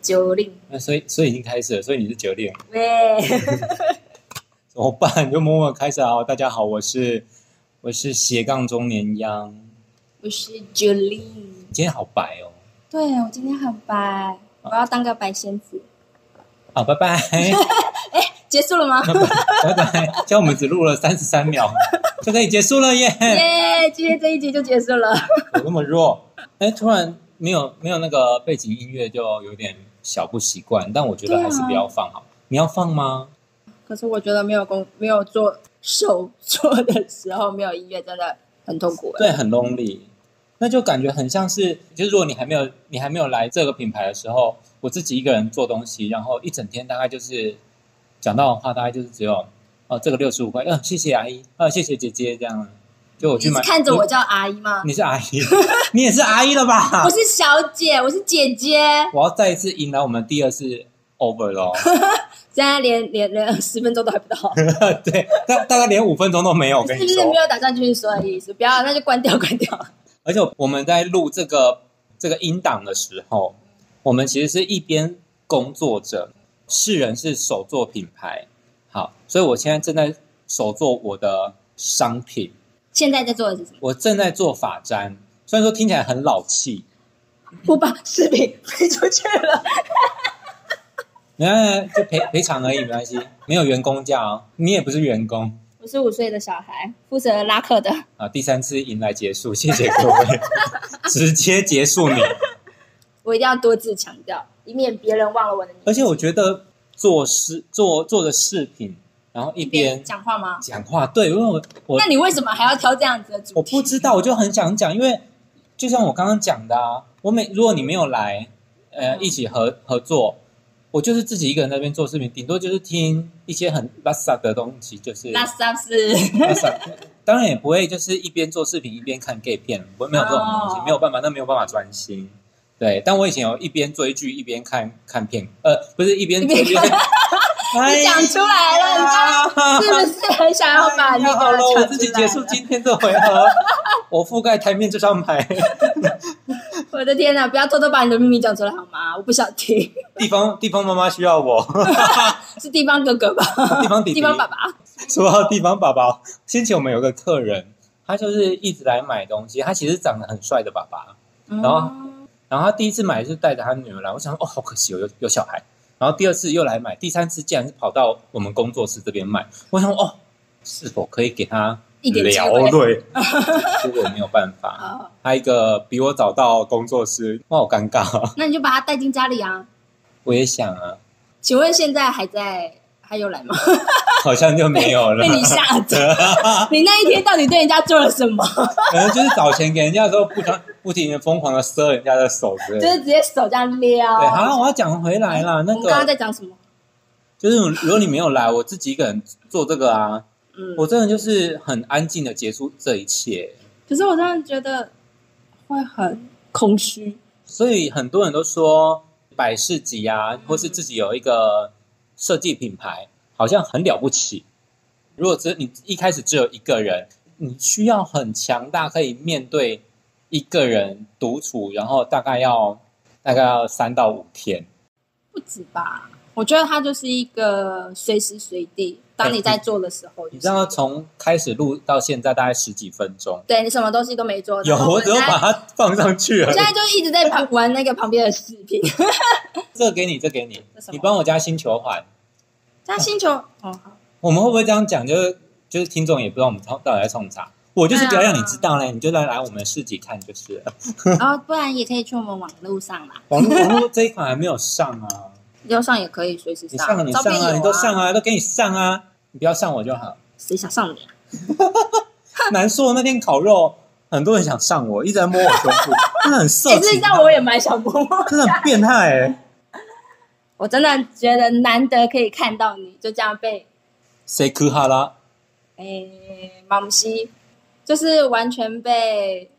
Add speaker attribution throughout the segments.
Speaker 1: 九零
Speaker 2: 那所以所以已经开始了，所以你是九点
Speaker 1: 喂，
Speaker 2: 怎么办？你就默默开始啊！大家好，我是我是斜杠中年央，
Speaker 1: 我是九零。
Speaker 2: 今天好白哦
Speaker 1: 对我今天很白，我要当个白仙子。
Speaker 2: 啊！拜拜
Speaker 1: 结束了吗？
Speaker 2: 拜拜，今天我们只录了三十三秒就可以结束了耶！
Speaker 1: 耶！今天这一集就结束了。
Speaker 2: 有那么弱？哎，突然没有没有那个背景音乐，就有点小不习惯，但我觉得还是不要放好。你要放吗？
Speaker 1: 可是我觉得没有工没有做手做的时候没有音乐真的很痛苦。
Speaker 2: 对，很 lonely，那就感觉很像是，就是如果你还没有你还没有来这个品牌的时候，我自己一个人做东西，然后一整天大概就是讲到的话，大概就是只有哦这个六十五块，嗯、谢谢阿姨，啊、谢谢姐姐这样，就我
Speaker 1: 你
Speaker 2: 去
Speaker 1: 是
Speaker 2: 买，
Speaker 1: 看着我叫阿姨吗
Speaker 2: 你，？你是阿姨， 你也是阿姨了吧
Speaker 1: 我？是小姐，我是姐姐。
Speaker 2: 我要再一次迎来我们第二次 over 哦咯。
Speaker 1: 现在连连连十分钟都还不到，
Speaker 2: 对，大大概连五分钟都没有，我
Speaker 1: 是
Speaker 2: 跟
Speaker 1: 不
Speaker 2: 你
Speaker 1: 是
Speaker 2: 说
Speaker 1: 没。有打算继续说的意思？不要，那就关掉，关掉。
Speaker 2: 而且我们在录这个这个音档的时候，我们其实是一边工作着，世人是手做品牌，好，所以我现在正在手做我的商品，
Speaker 1: 现在在做的是什么？
Speaker 2: 我正在做发簪，虽然说听起来很老气，
Speaker 1: 我把视频飞出去了。
Speaker 2: 没关系就赔赔偿而已，没关系，没有员工价哦，你也不是员工
Speaker 1: 我是五岁的小孩，负责拉客的。
Speaker 2: 啊。第三次迎来结束，谢谢各 位，直接结束你。
Speaker 1: 我一定要多次强调，以免别人忘了我的年纪。
Speaker 2: 而且我觉得做视做做着视频，然后一边
Speaker 1: 讲话吗？
Speaker 2: 讲话，对，因为我我
Speaker 1: 那你为什么还要挑这样子的主
Speaker 2: 我
Speaker 1: 题？
Speaker 2: 不知道，我就很想讲，因为就像我刚刚讲的啊，我每如果你没有来，呃，
Speaker 1: 嗯
Speaker 2: 一起合合作，我就是自己一个人在那边做视频，顶多就是听一些很拉萨的东西，就是
Speaker 1: 那上 是
Speaker 2: 拉萨，当然也不会就是一边做视频一边看 gay 片，不没有这种东西
Speaker 1: 哦，
Speaker 2: 没有办法，那没有办法专心。对，但我以前有一边追剧一边看看片，呃，不是一边追剧，
Speaker 1: 一边
Speaker 2: 哎
Speaker 1: 你
Speaker 2: 呀
Speaker 1: 讲出来了， 你知道吗是不是很
Speaker 2: 哎
Speaker 1: 想要把那
Speaker 2: 太啊好
Speaker 1: 个
Speaker 2: 了，我
Speaker 1: 讲
Speaker 2: 自
Speaker 1: 出
Speaker 2: 己
Speaker 1: 来
Speaker 2: 结束？今天这 回合，我覆盖台面这张牌，
Speaker 1: 我的天哪！不要偷偷把你的秘密讲出来好吗？我不想听，
Speaker 2: 地方地方妈妈需要我，
Speaker 1: 是地方哥哥吧？
Speaker 2: 地方弟弟，
Speaker 1: 地方爸爸，
Speaker 2: 说到地方爸爸，先前我们有个客人，他就是一直来买东西，他其实长得很帅的爸爸，
Speaker 1: 然
Speaker 2: 后
Speaker 1: 嗯
Speaker 2: 然后他第一次买是带着他女儿来，我想说哦，好可惜哦，有有小孩。然后第二次又来买，第三次竟然是跑到我们工作室这边买，我想说哦，是否可以给他
Speaker 1: 一点机
Speaker 2: 聊
Speaker 1: 会
Speaker 2: 对？结果没有办法，
Speaker 1: 哦
Speaker 2: 他一个比我早到工作室，哇，好尴尬哦、
Speaker 1: 那你就把他带进家里啊。
Speaker 2: 我也想啊，
Speaker 1: 请问现在还在还有来吗？
Speaker 2: 好像就没有了
Speaker 1: 被。你吓着，
Speaker 2: 啊
Speaker 1: 你那一天到底对人家做了什么？
Speaker 2: 可能就是找钱给人家的时候，不想不停的疯狂的塞人家的手之类
Speaker 1: 就
Speaker 2: 的。
Speaker 1: 是直接手这样撩。
Speaker 2: 对，好，啊我要讲回来啦，
Speaker 1: 哦
Speaker 2: 那
Speaker 1: 哎我们刚刚
Speaker 2: 个
Speaker 1: 在讲什么？
Speaker 2: 就是如果你没有来，我自己一个人做这个啊，
Speaker 1: 嗯，
Speaker 2: 我真的就是很安静的结束这一切。
Speaker 1: 可是我真的觉得会很空虚。
Speaker 2: 所以很多人都说百事集啊，或是自己有一个设计品牌，好像很了不起。如果只你一开始只有一个人，你需要很强大，可以面对一个人独处，然后大概要大概要三到五天。
Speaker 1: 不止吧？我觉得它就是一个随时随地，当你在做的时候、就是
Speaker 2: 哎你知道，从开始录到现在大概十几分钟，
Speaker 1: 对你什么东西都没做，
Speaker 2: 有
Speaker 1: 然后
Speaker 2: 我
Speaker 1: 我
Speaker 2: 只有
Speaker 1: 现在
Speaker 2: 把它放上去
Speaker 1: 我
Speaker 2: 而
Speaker 1: 现在
Speaker 2: 已。
Speaker 1: 就一直在旁玩那个旁边的视 频。
Speaker 2: 这个给你，这个给你
Speaker 1: 这，什么
Speaker 2: 你帮我加星球环。
Speaker 1: 那星球，哦，好
Speaker 2: 我们会不会这样讲？就是就是听众也不知道我们到到底在冲啥。我就是不要让你知道嘞，
Speaker 1: 嗯
Speaker 2: 你就来来我们市集看就是了。
Speaker 1: 然后不然也可以去我们网络上啦，
Speaker 2: 网络网络这一款还没有上啊，
Speaker 1: 要上也可以随时
Speaker 2: 你上啊你
Speaker 1: 照
Speaker 2: 上
Speaker 1: 片有
Speaker 2: 啊，
Speaker 1: 啊，
Speaker 2: 你都上，啊，都给你上啊，你不要上我 就好。
Speaker 1: 谁想上你啊？
Speaker 2: 难说那天烤肉，很多人想上我，一直在摸我胸 部，真的很色
Speaker 1: 哎、欸，
Speaker 2: 情
Speaker 1: 这
Speaker 2: 啊，
Speaker 1: 让我也蛮想摸。
Speaker 2: 真的很变态欸。
Speaker 1: 我真的觉得难得可以看到你，就这样被
Speaker 2: 谁哭哈啦？
Speaker 1: 诶哎马姆西，就是完全被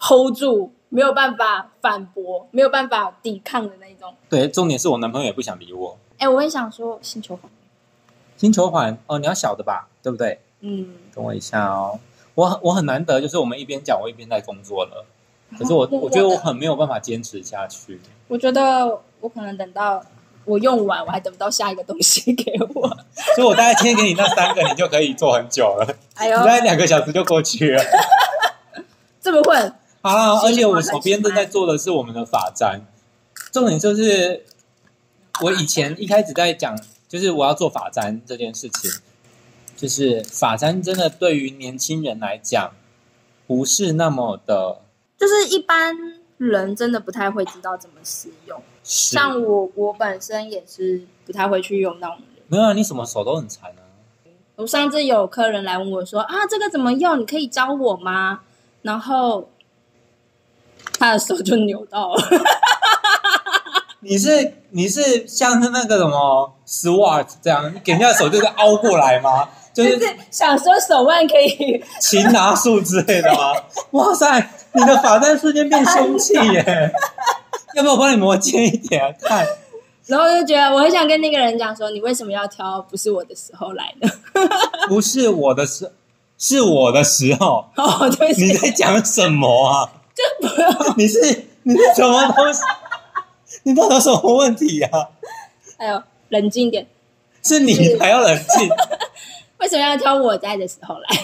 Speaker 1: hold 住，没有办法反驳，没有办法抵抗的那一种。
Speaker 2: 对，重点是我男朋友也不想理我。
Speaker 1: 哎，我也想说星球环，
Speaker 2: 星球环哦，你要小的吧，对不对？
Speaker 1: 嗯，
Speaker 2: 等我一下哦，我我很难得，就是我们一边讲，我一边在工作了。可是我
Speaker 1: 然后
Speaker 2: 我觉得我很没有办法坚持下去。
Speaker 1: 我觉得我可能等到我用完，我还等不到下一个东西给我。
Speaker 2: 所以我大概今天给你那三个，你就可以做很久了，
Speaker 1: 哎
Speaker 2: 你
Speaker 1: 呦
Speaker 2: 大，概两个小时就过去了。
Speaker 1: 这么混，
Speaker 2: 啊！
Speaker 1: 所以
Speaker 2: 而且
Speaker 1: 我
Speaker 2: 我
Speaker 1: 们
Speaker 2: 手边正在做的是我们的法簪，重点就是我以前一开始在讲，就是我要做法簪这件事情，就是法簪真的对于年轻人来讲不是那么的
Speaker 1: 就是一般人真的不太会知道怎么使用。
Speaker 2: 实
Speaker 1: 像我，我本身也是不太会去用那种人。
Speaker 2: 没有啊，你什么手都很残啊。
Speaker 1: 我上次有客人来问我说：“啊，这个怎么用？你可以教我吗？”然后他的手就扭到了。
Speaker 2: 你是你是像是那个什么 SWAT 这样，你给人家的手就是凹过来吗？ 就是
Speaker 1: 就是想说手腕可以，
Speaker 2: 擒拿术之类的吗？哇塞，你的法簪瞬间变凶器耶！要不要我帮你磨尖一点、啊、看？
Speaker 1: 然后就觉得我很想跟那个人讲说，你为什么要挑不是我的时候来的？
Speaker 2: 不是我的时，是我的时候，
Speaker 1: 哦，对不
Speaker 2: 你
Speaker 1: 起，
Speaker 2: 在讲什么啊？
Speaker 1: 就不要，
Speaker 2: 你是你是什么东西？ 你到底有什么问题啊？
Speaker 1: 哎呦，冷静一点，
Speaker 2: 是你还要冷静？
Speaker 1: 为什么要挑我在的时候来？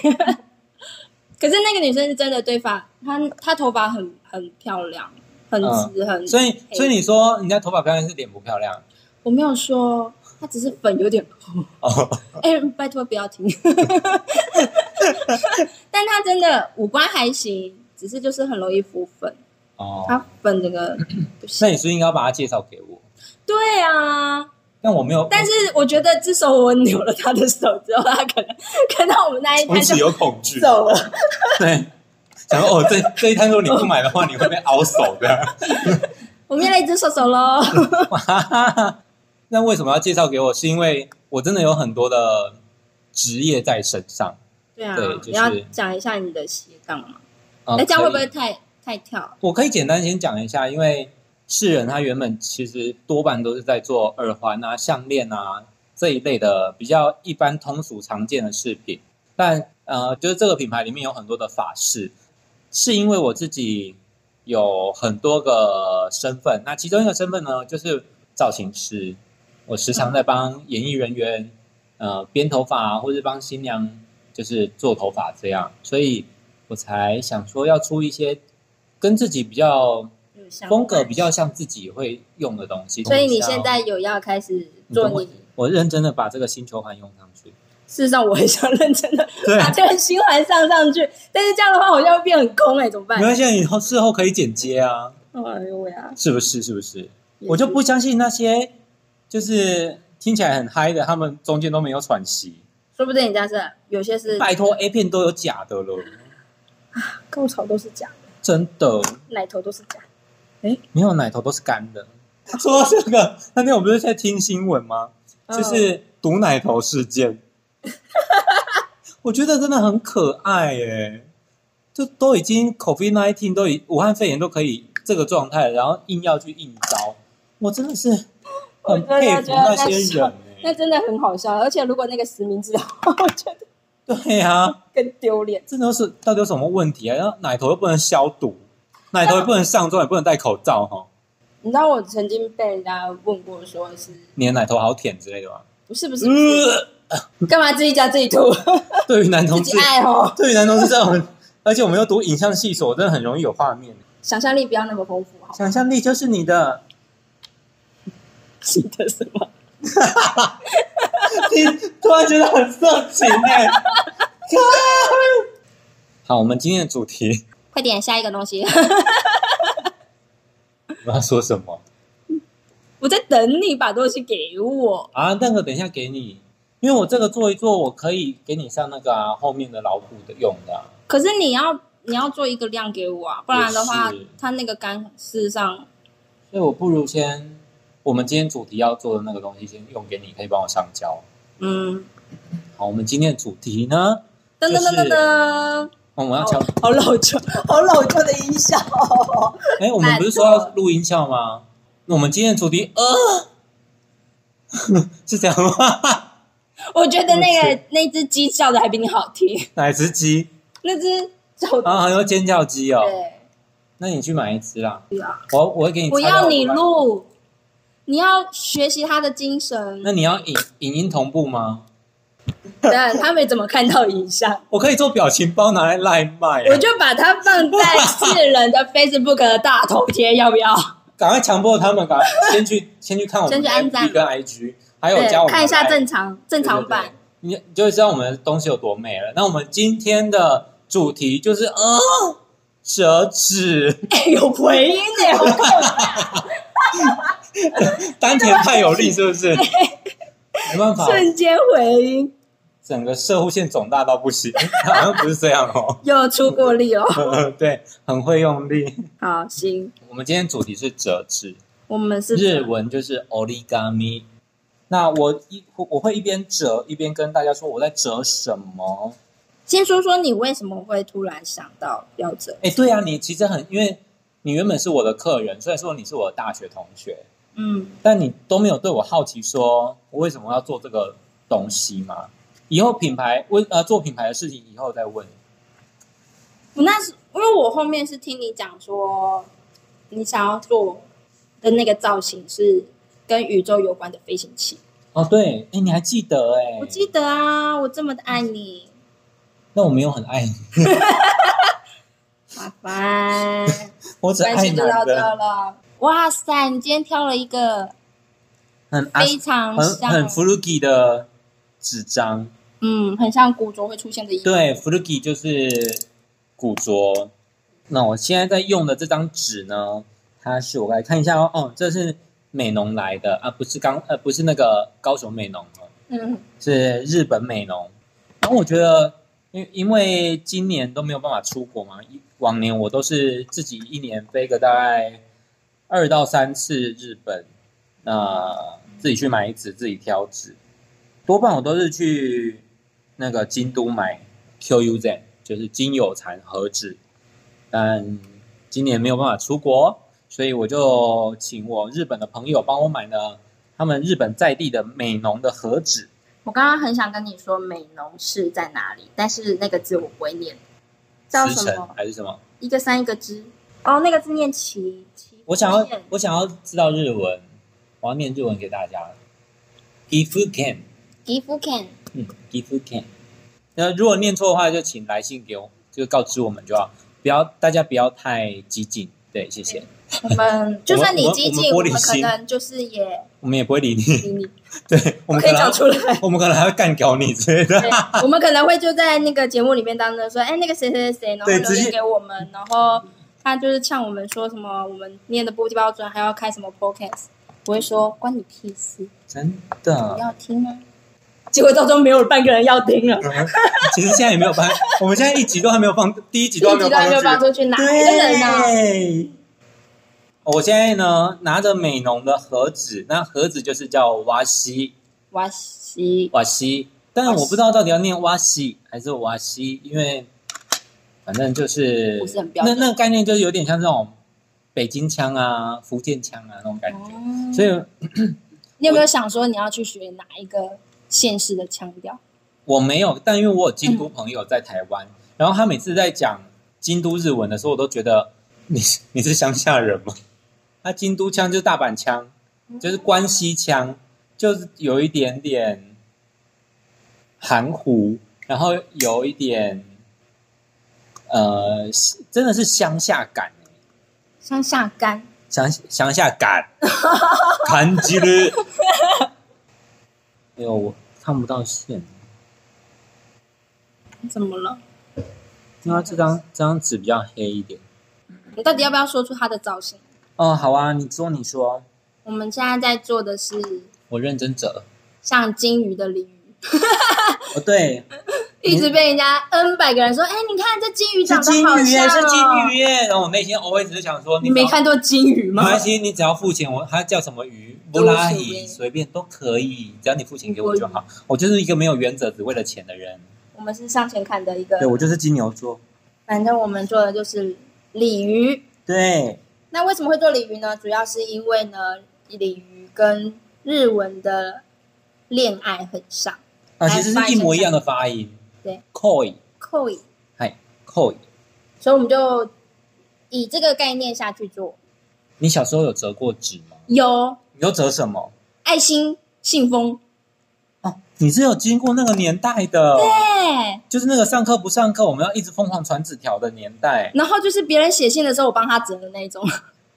Speaker 1: 可是那个女生真的对发，她她头发很很漂亮，很直很，
Speaker 2: 嗯所以所以你说人家头发漂亮是脸不漂亮
Speaker 1: 我没有说，她只是粉有点厚。
Speaker 2: 哦？
Speaker 1: 哎、拜托不要听。 但她真的五官还行，只是就是很容易浮粉，她
Speaker 2: 哦，
Speaker 1: 粉这个不
Speaker 2: 那
Speaker 1: 行。
Speaker 2: 你是不是应该要把他介绍给我？
Speaker 1: 对啊，
Speaker 2: 但我没有，
Speaker 1: 但是我觉得，自从我扭了他的手之后，他可能看到我们那一
Speaker 2: 从
Speaker 1: 摊
Speaker 2: 此
Speaker 1: 就
Speaker 2: 有恐 惧。
Speaker 1: 走了。
Speaker 2: 对，想说哦，这这一摊如果你不买的话，你会被凹手的。
Speaker 1: 我们要来一只手手喽。
Speaker 2: 那为什么要介绍给我？是因为我真的有很多的职业在身上。
Speaker 1: 对啊，
Speaker 2: 对就是
Speaker 1: 你要讲一下你的斜杠嘛？
Speaker 2: 啊
Speaker 1: 哎、这样会不
Speaker 2: 可
Speaker 1: 会
Speaker 2: 以
Speaker 1: 太太跳？
Speaker 2: 我可以简单先讲一下，因为世人他原本其实多半都是在做耳环啊、项链啊这一类的比较一般通俗常见的饰品，但呃，就是这个品牌里面有很多的法式，是因为我自己有很多个身份，那其中一个身份呢就是造型师，我时常在帮演艺人员呃编头发、啊，或是帮新娘就是做头发这样，所以我才想说要出一些跟自己比较
Speaker 1: 嗯想
Speaker 2: 风格比较像自己会用的东西。
Speaker 1: 所以你现在有要开始做
Speaker 2: 你懂
Speaker 1: 你？
Speaker 2: 我认真的把这个星球环用上去，
Speaker 1: 事实上，我很想认真的
Speaker 2: 对
Speaker 1: 把这个循环上上去，但是这样的话，好像会变很空哎、怎么办
Speaker 2: 没？关系，你以后事后可以剪接啊，
Speaker 1: 哎呦喂啊！
Speaker 2: 是不是？是不是？
Speaker 1: 嗯
Speaker 2: 我就不相信那些就是听起来很嗨的，他们中间都没有喘息。
Speaker 1: 说不定人家是有些是
Speaker 2: 拜托，A 片都有假的了，
Speaker 1: 高潮都是假的，
Speaker 2: 真的
Speaker 1: 奶头都是假的。
Speaker 2: 没有奶头都是干的。说到这个，那天我不是在听新闻吗？
Speaker 1: 哦嗯
Speaker 2: 就是毒奶头事件。 我觉得真的很可爱耶、就都已经 COVID nineteen 都已武汉肺炎都可以这个状态，然后硬要去应招，我真的是很佩服那些人、
Speaker 1: 那
Speaker 2: 欸。
Speaker 1: 真的很好笑。而且如果那个实名制的 话，我觉得
Speaker 2: 对呀、啊，
Speaker 1: 更丢脸。
Speaker 2: 这都是到底有什么问题啊？然后奶头又不能消毒，奶头也不能上妆，也不能戴口罩哈。
Speaker 1: 你知道我曾经被人家问过，说是
Speaker 2: 你的奶头好舔之类的吗？
Speaker 1: 不是不是不是
Speaker 2: 呃，
Speaker 1: 干嘛自己加自己吐，
Speaker 2: 对于男
Speaker 1: 自
Speaker 2: 同志
Speaker 1: 己，爱哦，
Speaker 2: 对于男同志这种，而且我们又读影像系所，真的很容易有画面。
Speaker 1: 想象力不要那么丰富，好吗。
Speaker 2: 想象力就是你的，
Speaker 1: 记得什么？
Speaker 2: 你突然觉得很色情哎、 好，我们今天的主题
Speaker 1: 快点下一个东西，
Speaker 2: 我要说什么
Speaker 1: 我在等你把东西给我。
Speaker 2: 啊？那个等一下给你，因为我这个做一做，我可以给你上那个啊后面的老虎的用的啊、
Speaker 1: 可是你要你要做一个量给我啊，不然的话
Speaker 2: 也是，
Speaker 1: 它那个干事实上
Speaker 2: 所以我不如先我们今天主题要做的那个东西先用给你，可以帮我上交。
Speaker 1: 嗯，
Speaker 2: 好，我们今天的主题呢，哦
Speaker 1: 噔噔噔噔噔，
Speaker 2: 我们要敲，
Speaker 1: 好老旧，好老旧的音 效哦。
Speaker 2: 哎、我们不是说要录音效吗？那我们今天的主题呃， 是这样吗？
Speaker 1: 我觉得那
Speaker 2: 对
Speaker 1: 个那只鸡叫的还比你好听，
Speaker 2: 哪只鸡？
Speaker 1: 那只叫
Speaker 2: 啊，很多尖叫鸡哦。
Speaker 1: 对。
Speaker 2: 那你去买一只啦，
Speaker 1: 对啊
Speaker 2: 我我会给你。
Speaker 1: 我要你。录，你要学习他的精 神。
Speaker 2: 那你要影影音同步吗？
Speaker 1: 但他们怎么看到影 像？
Speaker 2: 我可以做表情包拿来赖卖、啊
Speaker 1: 我就把它放在世人的 Facebook 的大头贴，要不要？
Speaker 2: 赶快强迫他们，赶快先去先去看我们
Speaker 1: 先
Speaker 2: 的
Speaker 1: 去按赞
Speaker 2: FB 跟 IG，还有
Speaker 1: 对
Speaker 2: 加我，们
Speaker 1: 看一下
Speaker 2: line
Speaker 1: 正常正常版。
Speaker 2: 对对对你就会知道我们的东西有多美了。那我们今天的主题就是啊，折纸，
Speaker 1: 哎、有回音耶！我
Speaker 2: 丹田太有力是不是？没办法，
Speaker 1: 瞬间回音，
Speaker 2: 整个射户线肿大到不行， 好像不是这样哦。
Speaker 1: 又出过力哦。
Speaker 2: 对，很会用力。
Speaker 1: 好，行，
Speaker 2: 我们今天主题是折纸，
Speaker 1: 我们是
Speaker 2: 日文就是 origami。那我一我会一边折一边跟大家说我在折什么。
Speaker 1: 先说说你为什么会突然想到要折？
Speaker 2: 哎，对啊，你其实很，因为你原本是我的客人，虽然说你是我的大学同学，
Speaker 1: 嗯，
Speaker 2: 但你都没有对我好奇说我为什么要做这个东西嘛？以后品牌问呃做品牌的事情以后再问。
Speaker 1: 我那时因为我后面是听你讲说，你想要做的那个造型是跟宇宙有关的飞行器。
Speaker 2: 哦，对，哎，你还记得哎？
Speaker 1: 我记得啊，我这么的爱你，
Speaker 2: 那我没有很爱你，
Speaker 1: 麻烦，
Speaker 2: 我只
Speaker 1: 关
Speaker 2: 爱
Speaker 1: 系就到
Speaker 2: 男
Speaker 1: 这
Speaker 2: 的，
Speaker 1: 了。哇塞，你今天挑了一个
Speaker 2: 很啊
Speaker 1: 非常
Speaker 2: 很
Speaker 1: 像，
Speaker 2: 很 fluky 的纸张。
Speaker 1: 嗯，很像古着会出现的一个。
Speaker 2: 对 f l u k y 就是古着。那我现在在用的这张纸呢，它是我来看一下哦，哦，这是美浓来的啊，不是刚呃不是那个高雄美浓哦，
Speaker 1: 嗯，
Speaker 2: 是日本美浓。然后我觉得，因因为今年都没有办法出国嘛，一往年我都是自己一年飞个大概二到三次日本，那、自己去买纸，自己挑纸，多半我都是去那个京都买 QUZ，就是金友禅和纸，但今年没有办法出国，所以我就请我日本的朋友帮我买了他们日本在地的美浓的和纸。
Speaker 1: 我刚刚很想跟你说美浓市在哪里，但是那个字我不会念，叫
Speaker 2: 时
Speaker 1: 什
Speaker 2: 辰
Speaker 1: 么？
Speaker 2: 还是什么？
Speaker 1: 一个山一个之。哦，那个字念旗旗。
Speaker 2: 我想要我想要知道日文，我要念日文给大家。岐阜県，
Speaker 1: 吉夫 can。
Speaker 2: 嗯，岐阜県。那如果念错的话，就请来信给我，就告知我们就好，不要大家不要太激进。对，谢谢，
Speaker 1: 我 们就算你激进，
Speaker 2: 我
Speaker 1: 我们
Speaker 2: 们我们玻璃
Speaker 1: 可
Speaker 2: 心
Speaker 1: 能就是也
Speaker 2: 我们也不 会理你。
Speaker 1: 理你，
Speaker 2: 对，我们
Speaker 1: 可以
Speaker 2: 能
Speaker 1: 讲出来。
Speaker 2: 我们可能还会干掉你之类的。
Speaker 1: 对，我们可能会就在那个节目里面当中说，哎，那个谁谁谁谁，然后
Speaker 2: 对
Speaker 1: 留
Speaker 2: 直接
Speaker 1: 言给我们，然后他就是呛我们说什么我们念的不标准，还要开什么 podcast，我会说关你屁事，
Speaker 2: 真
Speaker 1: 你
Speaker 2: 的，
Speaker 1: 要听啊吗？结果到最后没有半个人要听了，
Speaker 2: 其实现在也没有办，我们现在一集都还没有放，第一集
Speaker 1: 一
Speaker 2: 都还没
Speaker 1: 集
Speaker 2: 有
Speaker 1: 都还没有
Speaker 2: 放
Speaker 1: 放
Speaker 2: 出去。
Speaker 1: 出去，哪一个人啊呢？
Speaker 2: 对，哦我现在呢拿着美浓的盒子，那盒子就是叫瓦西
Speaker 1: 哇西，
Speaker 2: 瓦西，但我不知道到底要念瓦西还是瓦西，因为反正就是
Speaker 1: 不是很标
Speaker 2: 那
Speaker 1: 准
Speaker 2: 那个概念就是有点像这种北京腔啊、福建腔啊那种感觉，
Speaker 1: 哦
Speaker 2: 所以
Speaker 1: 你有没有想说你要去学哪一个县市的腔调？
Speaker 2: 我没有，但因为我有京都朋友在台湾，然后他每次在讲京都日文的时候，我都觉得你是你是乡下人吗？他京都腔就是大阪腔，就是关西腔，就是有一点点含糊，然后有一点呃，真的是乡下感，欸
Speaker 1: 像下干，
Speaker 2: 乡乡下感，感激了。哎呦，我看不到线。
Speaker 1: 怎么了？
Speaker 2: 因为这张这张纸比较黑一点。
Speaker 1: 你到底要不要说出它的造型？
Speaker 2: 哦，好啊，你说你说，
Speaker 1: 我们现在在做的是
Speaker 2: 我认真折。
Speaker 1: 像金鱼的鲤鱼，
Speaker 2: 哦，对，
Speaker 1: 一直被人家 N 百个人说：“哎、你看这金鱼
Speaker 2: 是
Speaker 1: 长得
Speaker 2: 金
Speaker 1: 好
Speaker 2: 鱼耶，
Speaker 1: 像、哦、
Speaker 2: 是金鱼耶。然后我内心 always 就想说，
Speaker 1: 你
Speaker 2: 只要
Speaker 1: 没看，过金鱼
Speaker 2: 没
Speaker 1: 吗？
Speaker 2: 关系，你只要付钱，我它叫什么鱼，布
Speaker 1: 都随
Speaker 2: 拉
Speaker 1: 便
Speaker 2: 鱼随便都可以，只要你付钱给我就好。我就是一个没有原则，只为了钱的人。
Speaker 1: 我们是向前看的一个
Speaker 2: 对，，我就是金牛座。
Speaker 1: 反正我们做的就是鲤鱼。
Speaker 2: 对，
Speaker 1: 那为什么会做鲤鱼呢？主要是因为呢，鲤鱼跟日文的恋爱很像
Speaker 2: 啊，其实是一模一样的发音。
Speaker 1: 对
Speaker 2: ，koi，
Speaker 1: ，koi，
Speaker 2: 嗨，koi，
Speaker 1: 所以我们就以这个概念下去做。
Speaker 2: 你小时候有折过纸吗？
Speaker 1: 有
Speaker 2: 你都折什么？
Speaker 1: 爱心信封，
Speaker 2: 哦，你是有经过那个年代的，
Speaker 1: 对。
Speaker 2: 就是那个上课不上课，我们要一直疯狂传纸条的年代，
Speaker 1: 然后就是别人写信的时候，我帮他折的那一种，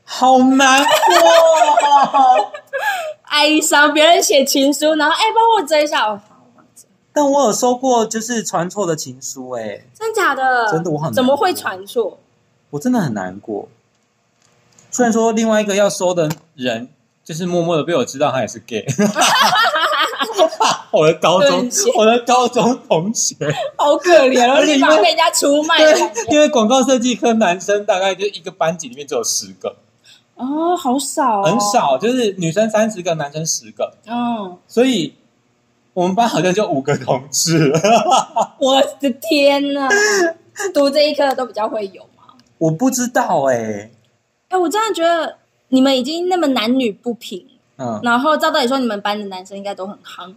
Speaker 2: 好难过。
Speaker 1: 哀伤。别人写情书，然后哎，帮我折一下，哦，好，我帮你折。
Speaker 2: 但我有收过就是传错的情书、欸，哎，
Speaker 1: 真假的？
Speaker 2: 真的我很难
Speaker 1: 怎么会传错？
Speaker 2: 我真的很难过。虽然说另外一个要收的人，就是默默的被我知道他也是 gay，我的高
Speaker 1: 对
Speaker 2: 中
Speaker 1: 不起，
Speaker 2: 我的高中同学，
Speaker 1: 好可怜哦，
Speaker 2: 而且
Speaker 1: 立
Speaker 2: 因为
Speaker 1: 马被人家出卖的感
Speaker 2: 对，
Speaker 1: 觉。
Speaker 2: 因为广告设计科男生大概就一个班级里面只有十个，
Speaker 1: 哦，好少、哦，
Speaker 2: 很。少，就是女生三十个，男生十个，
Speaker 1: 嗯，
Speaker 2: 所以我们班好像就五个同 志。
Speaker 1: 我的天呐，读这一科的都比较会有吗？
Speaker 2: 我不知道哎、
Speaker 1: 哎，我真的觉得你们已经那么男女不平，
Speaker 2: 嗯，
Speaker 1: 然后照道理说你们班的男生应该都很夯，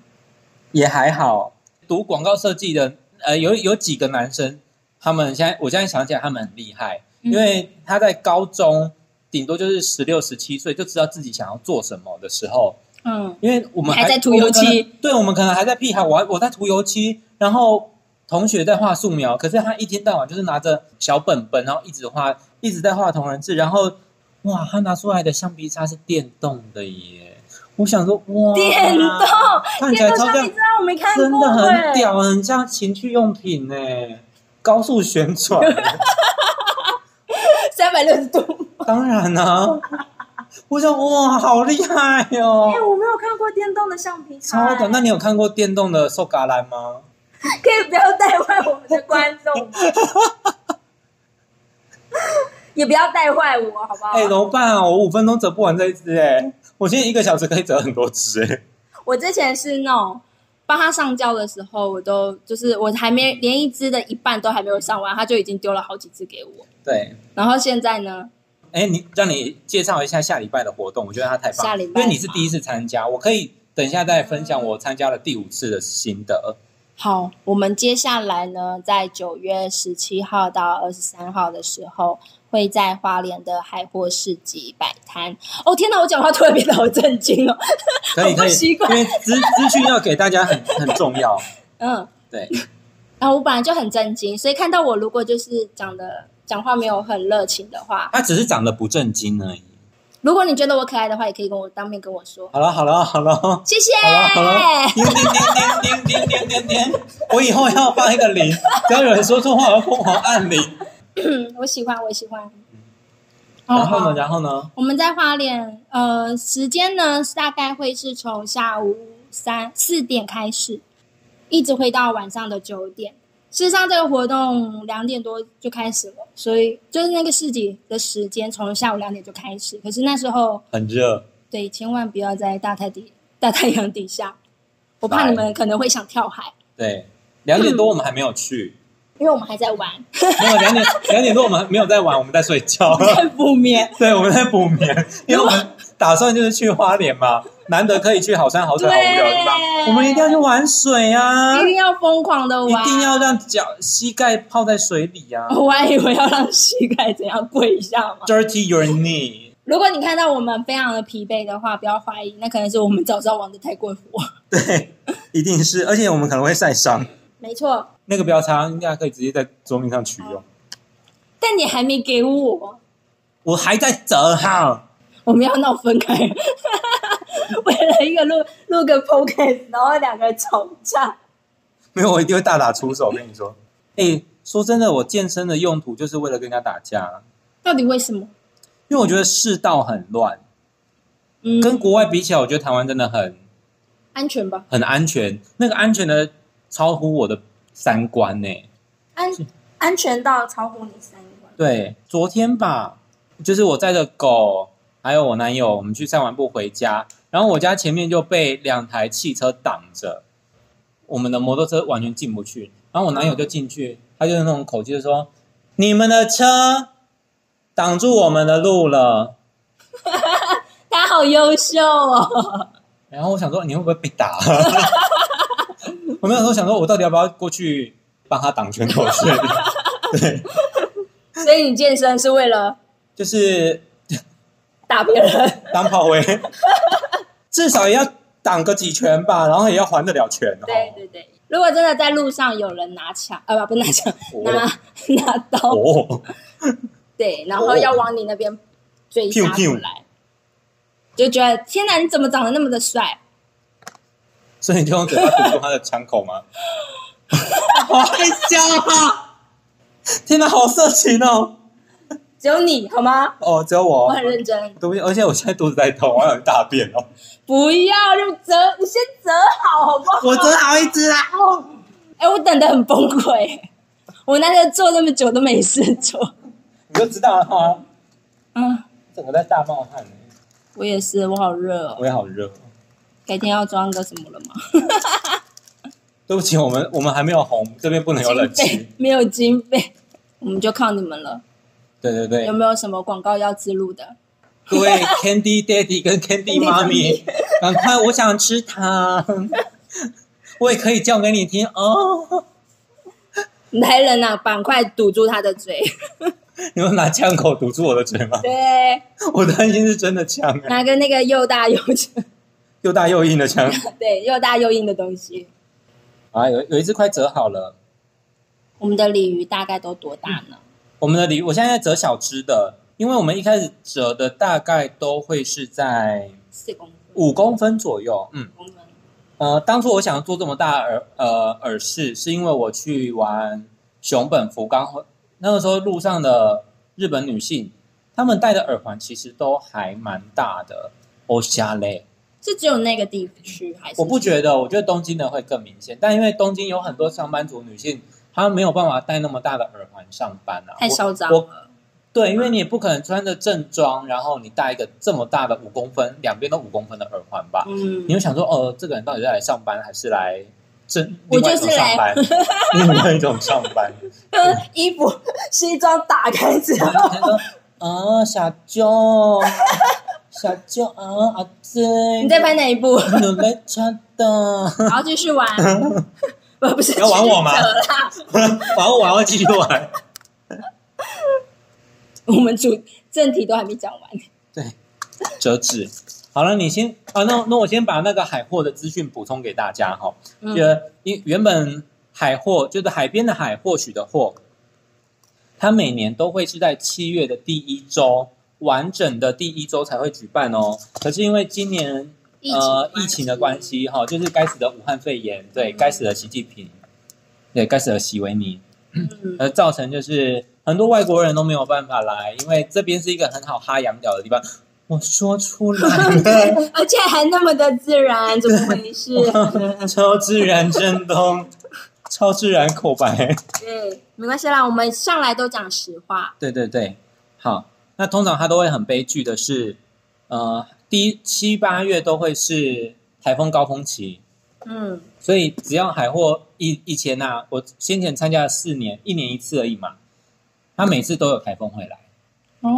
Speaker 2: 也还好。读广告设计的，呃，有有几个男生，他们现在我现在想起来他们很厉害，
Speaker 1: 嗯
Speaker 2: 因为他在高中顶多就是十六、十七岁就知道自己想要做什么的时候，
Speaker 1: 嗯，
Speaker 2: 因为我们
Speaker 1: 还在涂油漆，
Speaker 2: 我们可能对，我们可能还在屁孩，我还我在涂油漆，然后同学在画素描，可是他一天到晚就是拿着小本本，然后一直画，一直在画同人志，然后哇，他拿出来的橡皮擦是电动的耶！我想说哇，
Speaker 1: 电动
Speaker 2: 看起来超
Speaker 1: 橡皮
Speaker 2: 像，
Speaker 1: 知我没看过，
Speaker 2: 真的很
Speaker 1: 哎
Speaker 2: 屌，很像情趣用品呢，高速旋 转，
Speaker 1: 哎三百六十度。
Speaker 2: 当然啊，我想哇，好厉害哦
Speaker 1: 哎、！我没有看过电动的橡皮擦、
Speaker 2: 超屌！那你有看过电动的瘦嘎兰吗？
Speaker 1: 可以不要带坏我们的观 众吗？也不要带坏我，好不好？
Speaker 2: 哎、怎么办啊？我五分钟折不完这一只哎、我现在一个小时可以折很多只哎、
Speaker 1: 我之前是那种帮他上教的时候，我都就是我还没连一支的一半都还没有上完，他就已经丢了好几支给我。
Speaker 2: 对，
Speaker 1: 然后现在呢，
Speaker 2: 哎、你让你介绍一下下礼拜的活动，我觉得它太棒了，
Speaker 1: 下礼拜
Speaker 2: 因为你是第一次参加，我可以等一下再分享我参加了第五次的心得。
Speaker 1: 好，我们接下来呢，在九月十七号到二十三号的时候，会在花莲的海货市集摆摊。哦，天哪，我讲话突然变得好震惊哦。
Speaker 2: 可
Speaker 1: 好
Speaker 2: 以
Speaker 1: 不
Speaker 2: 可以，
Speaker 1: 习
Speaker 2: 因
Speaker 1: 惯
Speaker 2: 为资资讯要给大家很很重要。
Speaker 1: 嗯，
Speaker 2: 对，
Speaker 1: 然后我本来就很震惊，所以看到我如果就是讲的讲话没有很热情的话，
Speaker 2: 它只是长得不正经而已。
Speaker 1: 如果你觉得我可爱的话，也可以跟我当面跟我说。
Speaker 2: 好了好了好了。
Speaker 1: 谢谢。
Speaker 2: 好啊了好了，叮叮叮叮叮叮叮叮，我以后要放一个铃，只要有人说错话，我要疯狂按铃。
Speaker 1: 嗯 我喜欢，我喜欢。哦
Speaker 2: 然后
Speaker 1: 好
Speaker 2: 呢，然后呢？
Speaker 1: 我们在花莲，呃，时间呢大概会是从下午三四点开始，一直会到晚上的九点。事实上，这个活动两点多就开始了，所以就是那个市集的时间从下午两点就开始。可是那时候，
Speaker 2: 很热。
Speaker 1: 对，千万不要在大太底大太阳底下，我怕你们可能会想跳海，
Speaker 2: 对，两点多我们还没有去，
Speaker 1: 因为我们还在 玩，
Speaker 2: 没有两点两点多我们还没有在玩，我们在睡觉。
Speaker 1: 在不眠。
Speaker 2: 对，我们在补眠，因为我们打算就是去花莲嘛，难得可以去好山好水好无聊的地方，
Speaker 1: 对
Speaker 2: 我们一定要去玩水啊
Speaker 1: 一，定要疯狂的
Speaker 2: 一
Speaker 1: 玩，
Speaker 2: 定要让脚膝盖泡在水里啊
Speaker 1: 我还以为要让膝盖怎样跪一下嘛。
Speaker 2: ，dirty your knee。
Speaker 1: 如果你看到我们非常的疲惫的话，不要怀疑，那可能是我们早上玩的太过火。
Speaker 2: 对，一定是，而且我们可能会晒伤。
Speaker 1: 没错，
Speaker 2: 那个标叉应该可以直接在桌面上取用。
Speaker 1: 但你还没给我，
Speaker 2: 我还在折哈，
Speaker 1: 我们要闹分开， 为了一个录录个 podcast，然后两个人吵架。
Speaker 2: 没有，我一定会大打出手。我跟你说，哎、说真的，我健身的用途就是为了跟人家打架啊。
Speaker 1: 到底为什么？
Speaker 2: 因为我觉得世道很乱，
Speaker 1: 嗯，
Speaker 2: 跟国外比起来，我觉得台湾真的很
Speaker 1: 安全吧，
Speaker 2: 很安全，那个安全的超乎我的三观呢、
Speaker 1: 安安全到超乎你三观。
Speaker 2: 对，昨天吧，就是我载着狗，还有我男友，我们去散完步回家，然后我家前面就被两台汽车挡着，我们的摩托车完全进不去，然后我男友就进去，他就是那种口气就说：“你们的车挡住我们的路了。”
Speaker 1: 他好优秀 哦，
Speaker 2: 然后我想说，你会不会被打？ 我那时候想说，我到底要不要过去帮他挡拳头之类的？对，
Speaker 1: 所以你健身是为了
Speaker 2: 就是
Speaker 3: 打别人，
Speaker 2: 当炮灰，至少也要挡个几拳吧，然后也要还得了拳哦。
Speaker 3: 对对对，
Speaker 1: 如果真的在路上有人拿枪，呃，不，不拿枪，拿拿刀，
Speaker 2: 哦，
Speaker 1: 对，然后要往你那边追杀
Speaker 2: 咻
Speaker 1: 过
Speaker 2: 咻
Speaker 1: 来，就觉得天哪，你怎么长得那么的帅？
Speaker 2: 所以你就用嘴巴堵住他的枪口吗？我害羞啊！天哪，好色情哦！
Speaker 1: 只有你好吗？
Speaker 2: 哦，只有我
Speaker 1: 我很认真，
Speaker 2: 对不起，而且我现在肚子在痛，我要有大便哦。
Speaker 1: 不要就折，你先折好好不好？
Speaker 2: 我折好一只啦！
Speaker 1: 哎、我等的很崩溃，我那个坐那么久都没事做，
Speaker 2: 你就知道了哈，
Speaker 1: 嗯，
Speaker 2: 整个在大冒汗欸，
Speaker 1: 我也是，我好热哦，
Speaker 2: 我也好热。
Speaker 1: 改天要装个什么了吗？
Speaker 2: 对不起，我们我们还没有红，这边不能有冷
Speaker 1: 经
Speaker 2: 气
Speaker 1: 费。 没有经费，我们就靠你们了。
Speaker 2: 对对对
Speaker 1: 有，没有什么广告要植入的？
Speaker 2: 各位 Candy Daddy 跟 Candy 妈咪，赶快，我想吃糖。 我也可以叫给你听哦。
Speaker 1: 来人呐、板块堵住他的 嘴。
Speaker 2: 你们拿枪口堵住我的嘴吗？
Speaker 1: 对，
Speaker 2: 我担心是真的枪、欸，
Speaker 1: 拿个那个又大又长，
Speaker 2: 又大又硬的枪。
Speaker 1: 对，又大又硬的东西。
Speaker 2: 啊，有有一只快折好了。
Speaker 1: 我们的鲤鱼大概都多大呢？
Speaker 2: 我们的礼，我现在在折小只的，因为我们一开始折的大概都会是在
Speaker 1: 四公分、
Speaker 2: 五公分左右。嗯，
Speaker 1: 公分。
Speaker 2: 呃，当初我想做这么大耳呃耳饰，是因为我去玩熊本福冈，那个时候路上的日本女性，她们戴的耳环其实都还蛮大的。哦，瞎嘞！
Speaker 1: 是只有那个地区还是？
Speaker 2: 我不觉得，我觉得东京的会更明显，但因为东京有很多上班族女性，她没有办法戴那么大的耳环上班啊，
Speaker 1: 太
Speaker 2: 我
Speaker 1: 嚣张
Speaker 2: 我
Speaker 1: 了。
Speaker 2: 对，因为你也不可能穿着正装，然后你戴一个这么大的五公分，两边都五公分的耳环吧？
Speaker 1: 嗯
Speaker 2: 你，会想说，哦，这个人到底是来上班还是来正？
Speaker 1: 我
Speaker 2: 另外一
Speaker 1: 就
Speaker 2: 种
Speaker 1: 是
Speaker 2: 上
Speaker 1: 来
Speaker 2: 班，另外一种上班。
Speaker 3: 衣服西装打开之
Speaker 2: 然
Speaker 3: 后，
Speaker 2: 后他说，啊，小舅，小舅啊，阿珍，
Speaker 1: 你在拍哪一部？
Speaker 2: 努力穿 的，
Speaker 1: 然后继续 玩。不，不是
Speaker 2: 要玩我吗
Speaker 1: 继续折啦
Speaker 2: 玩我玩，我继续玩。
Speaker 1: 我们主正题都还没讲完。
Speaker 2: 折纸。好了，你先啊，那那我先把那个海货的资讯补充给大家哈。
Speaker 1: 嗯
Speaker 2: 就因原本海货就是海边的海，获取的货，它每年都会是在七月的第一周，完整的第一周才会举办哦。可是因为今年呃疫情的关，系哈，就是该死的武汉肺炎，对，
Speaker 1: 嗯
Speaker 2: 该死的习近平，对，该死的习维尼，
Speaker 1: 嗯，
Speaker 2: 而造成就是很多外国人都没有办法来，因为这边是一个很好哈羊角的地方。我说出来了，
Speaker 1: 而且还那么的自然，怎么回事？
Speaker 2: 超自然震动，超自然口白。
Speaker 1: 对，没关系啦，我们上来都讲实话。
Speaker 2: 对对对，好，那通常它都会很悲剧的是，呃，第一七八月都会是台风高峰期，
Speaker 1: 嗯，
Speaker 2: 所以只要海货一以前呐、我先前参加了四年，一年一次而已嘛，他每次都有台风会来，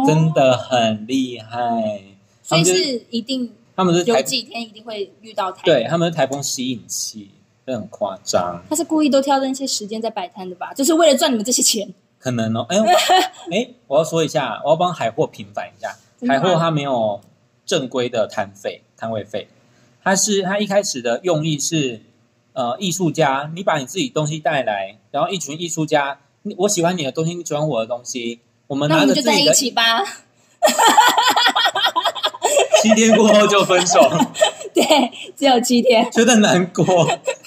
Speaker 2: 真，的很厉害。他
Speaker 1: 所以
Speaker 2: 们就是
Speaker 1: 一定
Speaker 2: 他们是
Speaker 1: 有
Speaker 2: 台
Speaker 1: 几天一定会遇到台。，
Speaker 2: 对，他们是台风吸引器，这很夸张，
Speaker 1: 他是故意都挑那些时间在摆摊的吧？就是为了赚你们这些钱。
Speaker 2: 可能哦。哎、 我哎，我要说一下，我要帮海货平反一下，
Speaker 1: 真的
Speaker 2: 海
Speaker 1: 吗
Speaker 2: 货它没有正规的摊费、摊位费，它是它一开始的用意是，呃，艺术家，你把你自己东西带来，然后一群艺术家，你我喜欢你的东西，你喜欢我的东西，我们
Speaker 1: 那我
Speaker 2: 拿着
Speaker 1: 们就
Speaker 2: 自
Speaker 1: 在
Speaker 2: 己
Speaker 1: 一
Speaker 2: 的
Speaker 1: 起吧。
Speaker 2: 七天过后就分 手，
Speaker 1: 对，只有七天。
Speaker 2: 觉得难过。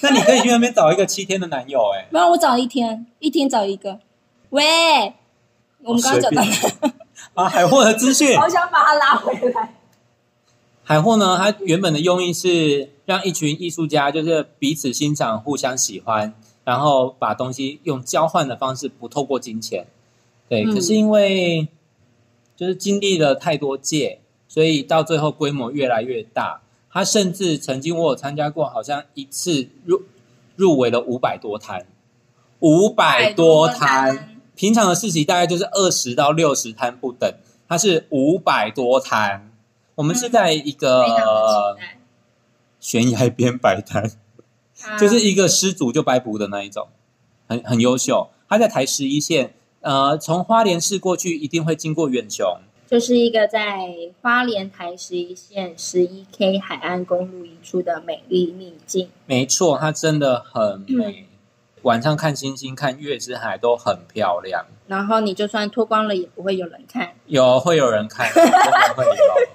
Speaker 2: 那你可以去那边找一个七天的男友、哎。
Speaker 1: 没有，我找一天，一天找一个。喂，我们刚刚讲到
Speaker 2: 随 啊，海货的资讯，
Speaker 3: 好想把他拉回来。
Speaker 2: 海货呢，它原本的用意是让一群艺术家就是彼此欣赏、互相喜欢，然后把东西用交换的方式，不透过金钱。对，
Speaker 1: 嗯
Speaker 2: 可是因为就是经历了太多届，所以到最后规模越来越大。它甚至曾经我有参加过，好像一次入入围了五百多摊，五百多摊。，平常的市集大概就是二十到六十摊不等，它是五百多摊。我们是在一
Speaker 1: 嗯非常的
Speaker 2: 个
Speaker 1: 期待。
Speaker 2: 悬崖边摆摊，
Speaker 1: 啊
Speaker 2: 就是一个失足就掰补的那一种，很很优秀。他在台十一线，呃，从花莲市过去一定会经过远雄，
Speaker 1: 就是一个在花莲台十一线十一 K 海岸公路一处的美丽秘境。
Speaker 2: 没错，它真的很
Speaker 1: 嗯
Speaker 2: 美。晚上看星星、看月之海都很漂亮，
Speaker 1: 然后你就算脱光了，也不会有人看。
Speaker 2: 有会有人看，真的 会有。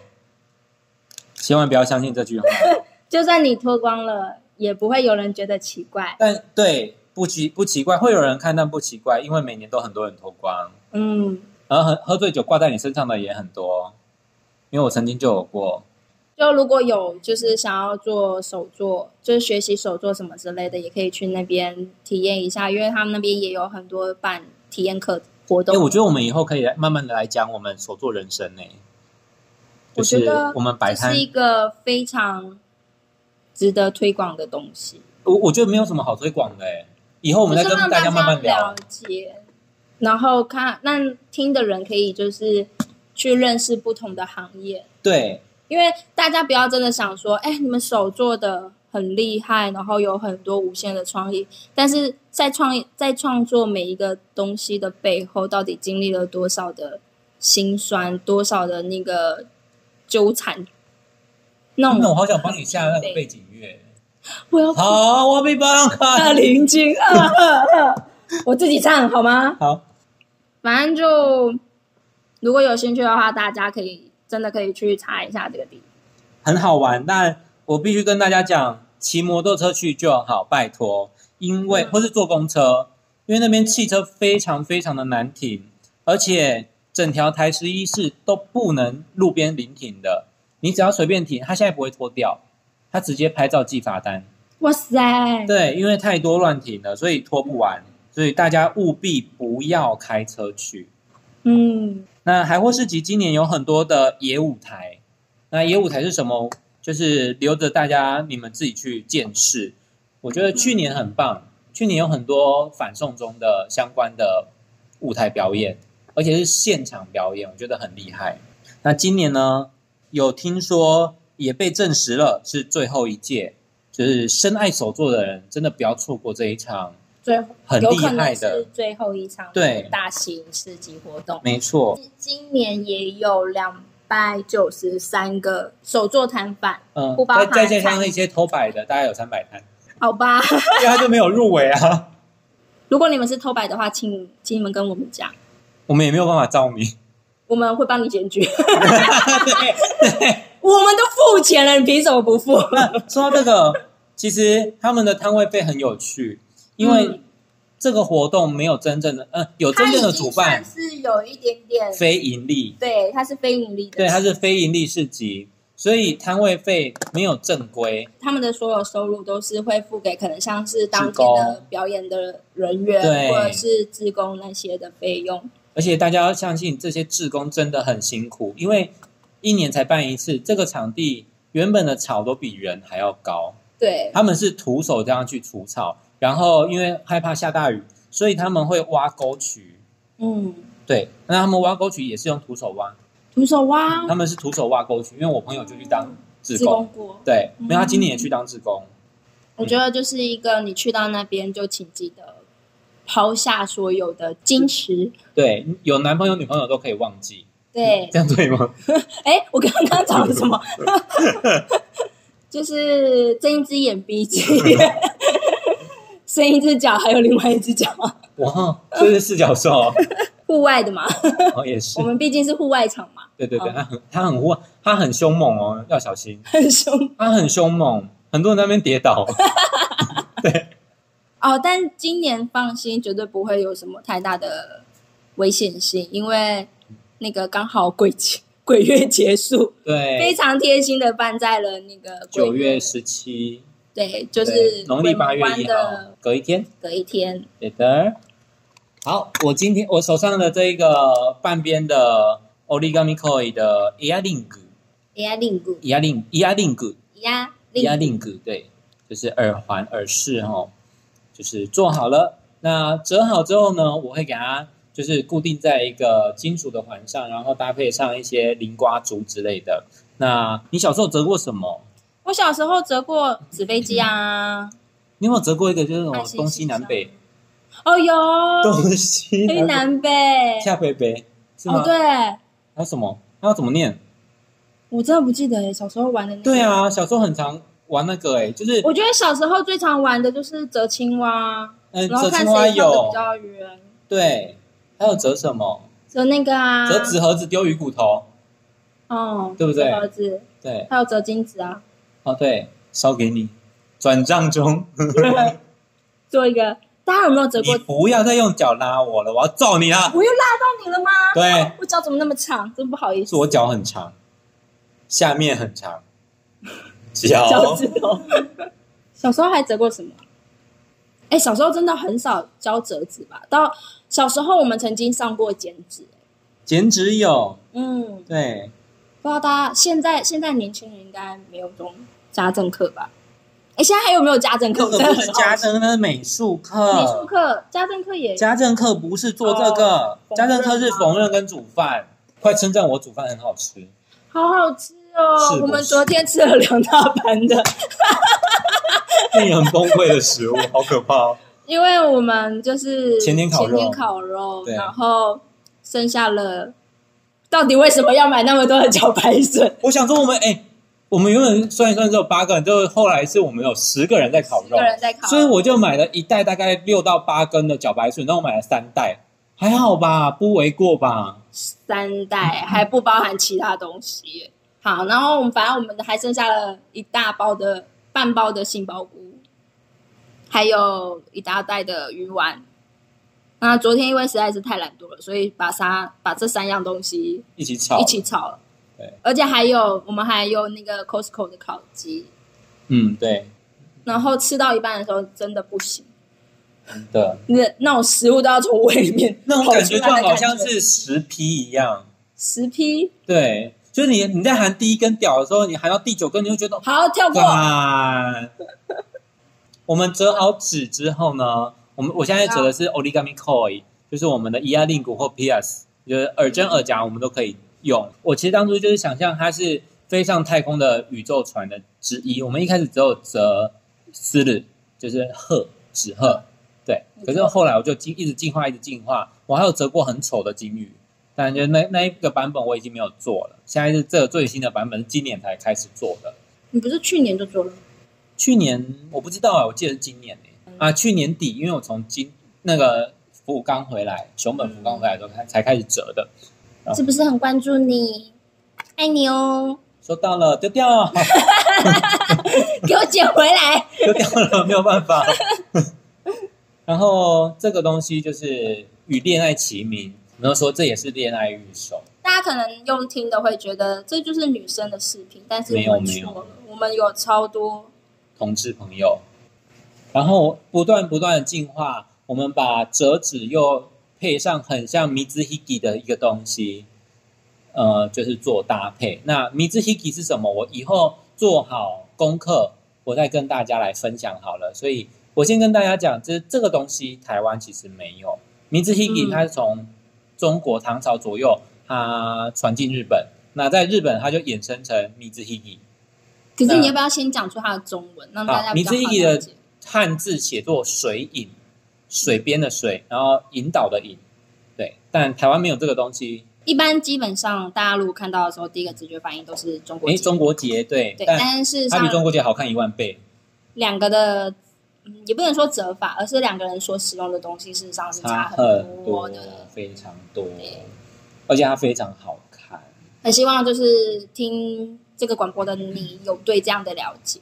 Speaker 2: 千万不要相信这句话，
Speaker 1: 就算你脱光了，也不会有人觉得奇怪。
Speaker 2: 但对不奇不奇怪，会有人看，但不奇怪，因为每年都很多人脱光，
Speaker 1: 嗯，
Speaker 2: 然后喝喝醉酒挂在你身上的也很多。因为我曾经就有过，
Speaker 1: 就如果有就是想要做手作，就是学习手作什么之类的，也可以去那边体验一下，因为他们那边也有很多办体验课活
Speaker 2: 哎，
Speaker 1: 动。
Speaker 2: 我觉得我们以后可以来慢慢的来讲我们所做人生呢、就
Speaker 1: 我觉
Speaker 2: 是
Speaker 1: 得
Speaker 2: 我们摆
Speaker 1: 这
Speaker 2: 摊
Speaker 1: 是一个非常值得推广的东西。
Speaker 2: 我我觉得没有什么好推广的、欸，以后我们再
Speaker 1: 就
Speaker 2: 跟
Speaker 1: 是让
Speaker 2: 大家慢慢
Speaker 1: 了
Speaker 2: 聊。
Speaker 1: 解，然后看那听的人可以就是去认识不同的行业，
Speaker 2: 对，
Speaker 1: 因为大家不要真的想说，哎，你们手做的很厉害，然后有很多无限的创意，但是在创意在创作每一个东西的背后，到底经历了多少的辛酸，多少的那个纠缠，那
Speaker 2: 那
Speaker 1: 种
Speaker 2: 我好想帮你下那个背景乐。
Speaker 1: 我要
Speaker 2: 好，我被帮
Speaker 3: 二
Speaker 2: 看。
Speaker 3: 零斤二
Speaker 1: 呃
Speaker 3: 二二，我自己唱好吗？
Speaker 2: 好，
Speaker 1: 反正就如果有兴趣的话，大家可以真的可以去查一下这个地方。
Speaker 2: 很好玩，但我必须跟大家讲，骑摩托车去就好，拜托，因为
Speaker 1: 嗯
Speaker 2: 或是坐公车，因为那边汽车非常非常的难停，而且整条台十一是都不能路边临停的，你只要随便停，它现在不会拖掉，它直接拍照记罚单。
Speaker 1: 哇塞！
Speaker 2: 对，因为太多乱停了，所以拖不完，所以大家务必不要开车去。
Speaker 1: 嗯，
Speaker 2: 那海货市集今年有很多的野舞台，那野舞台是什么？就是留着大家你们自己去见识。我觉得去年很棒，去年有很多反送中的相关的舞台表演，而且是现场表演，我觉得很厉害。那今年呢，有听说也被证实了是最后一届，就是深爱手作的人真的不要错过这一场，
Speaker 1: 最
Speaker 2: 很
Speaker 1: 有
Speaker 2: 厉
Speaker 1: 可能
Speaker 2: 害
Speaker 1: 是
Speaker 2: 的，
Speaker 1: 最后一场
Speaker 2: 对
Speaker 1: 大型市集活动。
Speaker 2: 没错，
Speaker 1: 今年也有两百九十三个手作摊贩，
Speaker 2: 嗯
Speaker 1: 不，包
Speaker 2: 再
Speaker 1: 含
Speaker 2: 再加上
Speaker 1: 餐
Speaker 2: 一些偷摆的，大概有三百摊。
Speaker 1: 好吧？
Speaker 2: 因为他就没有入围啊，
Speaker 1: 如果你们是偷摆的话，请请你们跟我们讲，
Speaker 2: 我们也没有办法照明。
Speaker 1: 我们会帮你检 举。
Speaker 2: 对，
Speaker 1: 我们都付钱了，你凭什么不付？
Speaker 2: 说到这个，其实他们的摊位费很有趣，因为
Speaker 1: 嗯
Speaker 2: 这个活动没有真正的，嗯、有真正的主办
Speaker 1: 它已经算是有一点点，
Speaker 2: 非盈利，
Speaker 1: 对，它是非盈利的，
Speaker 2: 对，它是非盈利市集，所以摊位费没有正规，
Speaker 1: 他们的所有收入都是会付给可能像是当
Speaker 2: 职
Speaker 1: 天
Speaker 2: 工
Speaker 1: 的表演的人员
Speaker 2: 对
Speaker 1: 或者是职工那些的费用。
Speaker 2: 而且大家要相信这些志工真的很辛苦，因为一年才办一次，这个场地原本的草都比人还要高。
Speaker 1: 对，
Speaker 2: 他们是徒手这样去除草，然后因为害怕下大雨，所以他们会挖沟渠。
Speaker 1: 嗯，
Speaker 2: 对，那他们挖沟渠也是用徒手挖，
Speaker 1: 徒手挖
Speaker 2: 他们是徒手挖沟渠。因为我朋友就去当志
Speaker 1: 职工
Speaker 2: 工，
Speaker 1: 过，
Speaker 2: 对，
Speaker 1: 嗯
Speaker 2: 没有他今年也去当志工，
Speaker 1: 我觉得就是一个你去到那边就请记得抛下所有的矜持。
Speaker 2: 对，有男朋友女朋友都可以忘记，
Speaker 1: 对，
Speaker 2: 这样对吗？
Speaker 1: 哎，我刚刚讲了什么？ 就是睁一只眼闭一只 眼，伸一只脚，还有另外一只脚，
Speaker 2: 哇，这是四角兽哦，
Speaker 1: 户外的嘛，
Speaker 2: 哦也是
Speaker 1: 我，们毕竟是户外场嘛，
Speaker 2: 对对对，
Speaker 1: 嗯
Speaker 2: 他很他很哇，他很凶猛哦，要小心，
Speaker 1: 很凶
Speaker 2: 他很凶猛，很多人在那边跌倒，
Speaker 1: 哦，但今年放心，绝对不会有什么太大的危险性，因为那个刚好鬼节鬼月结束，非
Speaker 2: 对，
Speaker 1: 常贴心的办在了那个鬼
Speaker 2: 九月十七，
Speaker 1: 对，就
Speaker 2: 对
Speaker 1: 是
Speaker 2: 农历八
Speaker 1: 鬼
Speaker 2: 月
Speaker 1: 门关
Speaker 2: 一号
Speaker 1: 的，
Speaker 2: 隔一天。
Speaker 1: 隔一天。
Speaker 2: 对的。好，我今天我手上的这一个半边的 Origami Koi 的 Earring
Speaker 1: 哎呀令姑
Speaker 2: Earring Earring
Speaker 1: 呀
Speaker 2: 哎
Speaker 1: 令
Speaker 2: Earring，对，就是耳环耳饰哦，就是做好了。那折好之后呢，我会给它就是固定在一个金属的环上，然后搭配上一些菱瓜竹之类的。那你小时候折过什么？
Speaker 1: 我小时候折过纸飞机啊，
Speaker 2: 你有没有折过一个就是那
Speaker 1: 爱
Speaker 2: 种
Speaker 1: 心
Speaker 2: 嗯东西南北？
Speaker 1: 哦哟，
Speaker 2: 东西
Speaker 1: 黑
Speaker 2: 南
Speaker 1: 南北
Speaker 2: 北，下北北是
Speaker 1: 哦
Speaker 2: 吗？
Speaker 1: 对，
Speaker 2: 还有什么？那要怎么念？
Speaker 1: 我真的不记得哎，小时候玩的那个。
Speaker 2: 对，啊，小时候很常玩那个哎、就是
Speaker 1: 我觉得小时候最常玩的就是折青蛙，
Speaker 2: 嗯，
Speaker 1: 然后
Speaker 2: 折
Speaker 1: 看
Speaker 2: 青蛙
Speaker 1: 谁跳的
Speaker 2: 有
Speaker 1: 比，较远，
Speaker 2: 对，还有折什么？
Speaker 1: 折那个啊，
Speaker 2: 折纸盒子丢鱼骨头，
Speaker 1: 哦，
Speaker 2: 对不对
Speaker 1: 折盒子，
Speaker 2: 对，
Speaker 1: 还有折金子啊，
Speaker 2: 哦对，烧给你，转账中，
Speaker 1: 做一个。大家有没有折过
Speaker 2: 你？不要再用脚拉我了，我要揍你了。
Speaker 1: 我又拉到你了吗？
Speaker 2: 对，
Speaker 1: 我脚怎么那么长？真不好意
Speaker 2: 是
Speaker 1: 思。
Speaker 2: 我脚很长，下面 很长，
Speaker 3: 脚
Speaker 2: 脚
Speaker 3: 趾头，
Speaker 1: 小时候还折过什么？哎，小时候真的很少教折纸吧？到小时候我们曾经上过剪纸，
Speaker 2: 剪纸有，
Speaker 1: 嗯，
Speaker 2: 对，
Speaker 1: 不知道大家现在现在年轻人应该没有这种家政课吧？哎，现在还有没有家政课？
Speaker 2: 那
Speaker 1: 我
Speaker 2: 个
Speaker 1: 真的
Speaker 2: 不
Speaker 1: 很
Speaker 2: 是
Speaker 1: 好奇
Speaker 2: 家政，那是美术课。
Speaker 1: 美术课、家政课也
Speaker 2: 家政课不是做这个，
Speaker 1: 哦
Speaker 2: 家政课是缝纫跟煮饭。快称赞我煮饭很好吃，
Speaker 1: 好好吃哦
Speaker 2: 是不。是
Speaker 1: 我们昨天吃了两大盘的，
Speaker 2: 令人崩溃的食物，好可怕、哦。
Speaker 1: 因为我们就是
Speaker 2: 前天烤肉
Speaker 1: 前天烤肉
Speaker 2: 对
Speaker 1: 然后剩下了。到底为什么要买那么多的茭白笋？
Speaker 2: 我想说，我们哎、我们原本算一算只有八个人，就后来是我们有十个人在烤
Speaker 1: 一
Speaker 2: 肉
Speaker 1: 个，人在烤，
Speaker 2: 所以我就买了一袋大概六到八根的茭白笋，然后我买了三袋，还好吧，不为过吧？
Speaker 1: 三袋还不包含其他东西。好，然后我们反正我们还剩下了一大包的半包的杏鲍菇，还有一大袋的鱼丸。那昨天因为实在是太懒惰了，所以把三把这三样东西
Speaker 2: 一起炒，
Speaker 1: 一起炒了。
Speaker 2: 对，
Speaker 1: 而且还有我们还有那个 Costco 的烤鸡，
Speaker 2: 嗯，对，
Speaker 1: 然后吃到一半的时候真的不行，
Speaker 2: 真的，
Speaker 1: 那那种食物都要从胃里 面
Speaker 2: 那种
Speaker 1: 跑
Speaker 2: 感
Speaker 1: 出
Speaker 2: 觉
Speaker 1: 来
Speaker 2: 就
Speaker 1: 的
Speaker 2: 好像
Speaker 1: 感觉
Speaker 2: 是十批一样，
Speaker 1: 十批，
Speaker 2: 对，就是你你在含第一根屌的时候，你含到第九根，你就觉得
Speaker 1: 好跳过。
Speaker 2: 干。我们折好纸之后呢，我们我现在折的是 origami koi，就是我们的伊亚令骨或 PS，就是耳针耳夹我们都可以用。我其实当初就是想象它是飞上太空的宇宙船的之一。我们一开始只有折丝日，就是鹤纸鹤，对。可是后来我就进一直进化，一直进化。我还有折过很丑的金鱼，但就那那一个版本我已经没有做了。现在是这个最新的版本，是今年才开始做的。
Speaker 1: 你不是去年就做了吗？
Speaker 2: 去年我不知道啊，我记得是今年、欸、啊，去年底，因为我从今那个福冈回来，熊本福冈回来的时候开才开始折的，啊
Speaker 1: 是不是很关注你？爱你 哦，
Speaker 2: 收到了，丢掉 了，
Speaker 1: 给我捡回来。
Speaker 2: 丢掉了，没有办法。 然后这个东西就是与恋爱齐名，然后说这也是恋爱预售，
Speaker 1: 大家可能用听的会觉得这就是女生的视频，但是
Speaker 2: 没有
Speaker 1: 我们
Speaker 2: 没有
Speaker 1: 错了，我们有超多
Speaker 2: 同志朋友。然后不断不断的进化，我们把折纸又配上很像 mizuhiki 的一个东西，呃，就是做搭配。那 mizuhiki 是什么？我以后做好功课，我再跟大家来分享好了。所以我先跟大家讲，这这个东西台湾其实没有。mizuhiki
Speaker 1: 嗯
Speaker 2: 它是从中国唐朝左右它传进日本，那在日本它就衍生成 mizuhiki。
Speaker 1: 可是
Speaker 2: 那
Speaker 1: 你要不要先讲出它的中文，让大家比较
Speaker 2: 你
Speaker 1: 好
Speaker 2: 自己的
Speaker 1: 了解？
Speaker 2: 汉字写作水引，水边的水，然后引导的引，对。但台湾没有这个东西，
Speaker 1: 一般基本上大家如果看到的时候，第一个直觉反应都是中国
Speaker 2: 诶，
Speaker 1: 结。
Speaker 2: 中国结对，
Speaker 1: 对，
Speaker 2: 但
Speaker 1: 但是
Speaker 2: 它
Speaker 1: 上
Speaker 2: 比中国结好看一万倍，
Speaker 1: 两个的，嗯，也不能说折法，而是两个人所使用的东西事实上是
Speaker 2: 差
Speaker 1: 很
Speaker 2: 很
Speaker 1: 多
Speaker 2: 多
Speaker 1: 的。，
Speaker 2: 非常多
Speaker 1: 对，
Speaker 2: 而且它非常好看。
Speaker 1: 很希望就是听这个广播的你有对这样的了解，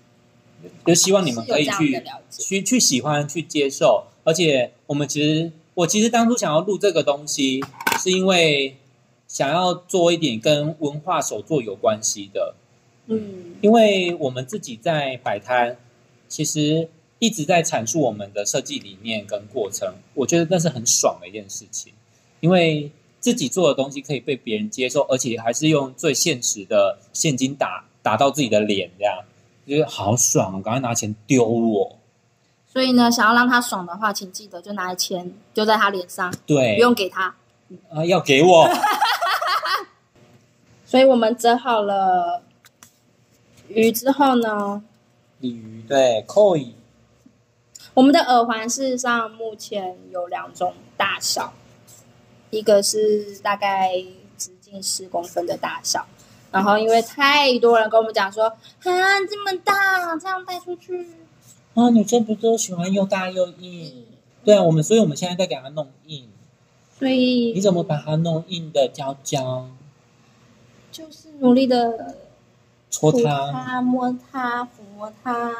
Speaker 2: 就希望你们
Speaker 1: 是有
Speaker 2: 可以
Speaker 1: 这样的
Speaker 2: 去
Speaker 1: 了解。
Speaker 2: 去去喜欢去接受，而且我们其实我其实当初想要录这个东西，是因为想要做一点跟文化手作有关系的，
Speaker 1: 嗯，
Speaker 2: 因为我们自己在摆摊，其实一直在阐述我们的设计理念跟过程，我觉得那是很爽的一件事情，因为自己做的东西可以被别人接受，而且还是用最现实的现金打打到自己的脸，这样就是好爽，哦赶快拿钱丢我，
Speaker 1: 所以呢，想要让他爽的话，请记得就拿来钱丢在他脸上，不
Speaker 2: 对，
Speaker 1: 用给他。
Speaker 2: 啊、要给我，
Speaker 1: 所以我们折好了鱼之后呢，
Speaker 2: 鲤鱼对，扣以
Speaker 1: 我们的耳环事实上目前有两种大小，一个是大概指近十公分的大小。然后因为太多人跟我们讲说，啊，这么大，这样带出去，
Speaker 2: 啊，女生不是都喜欢又大又硬？对啊，我们所以我们现在在给它弄硬。
Speaker 1: 所以
Speaker 2: 你怎么把它弄硬的胶胶？
Speaker 1: 就是努力的
Speaker 2: 戳它，
Speaker 1: 它、摸它、抚摸它，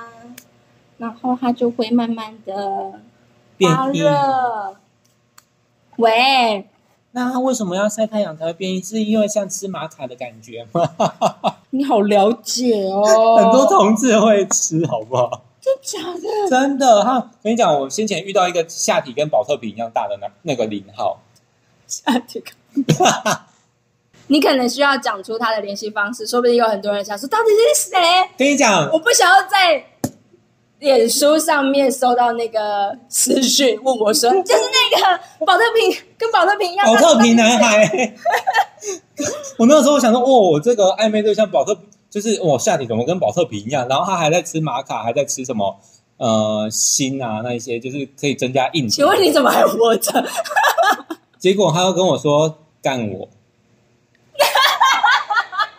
Speaker 1: 然后它就会慢慢的
Speaker 2: 变
Speaker 1: 发
Speaker 2: 硬。
Speaker 1: 热。喂，
Speaker 2: 那它为什么要晒太阳才会变硬？是因为像吃玛卡的感觉 吗？
Speaker 1: 你好了解哦，
Speaker 2: 很多同志会吃，好不好？
Speaker 1: 真假的？
Speaker 2: 真的，哈，跟你讲，我先前遇到一个下体跟保特瓶一样大的那那个零号，
Speaker 1: 下这个。你可能需要讲出他的联系方式，说不定有很多人想说，到底是谁？
Speaker 2: 跟你讲
Speaker 1: 我，不想要在脸书上面收到那个私讯，问我说，就是那 个保特瓶跟保特瓶一样，
Speaker 2: 哦保特瓶男孩。我那时候我想说，哦，我这个暧昧对象保特，就是我、下体怎么跟保特瓶一样？然后他还在吃玛卡，还在吃什么呃锌啊那一些，就是可以增加硬度
Speaker 3: 请。问你怎么还活着？
Speaker 2: 哦结果他又跟我说干我。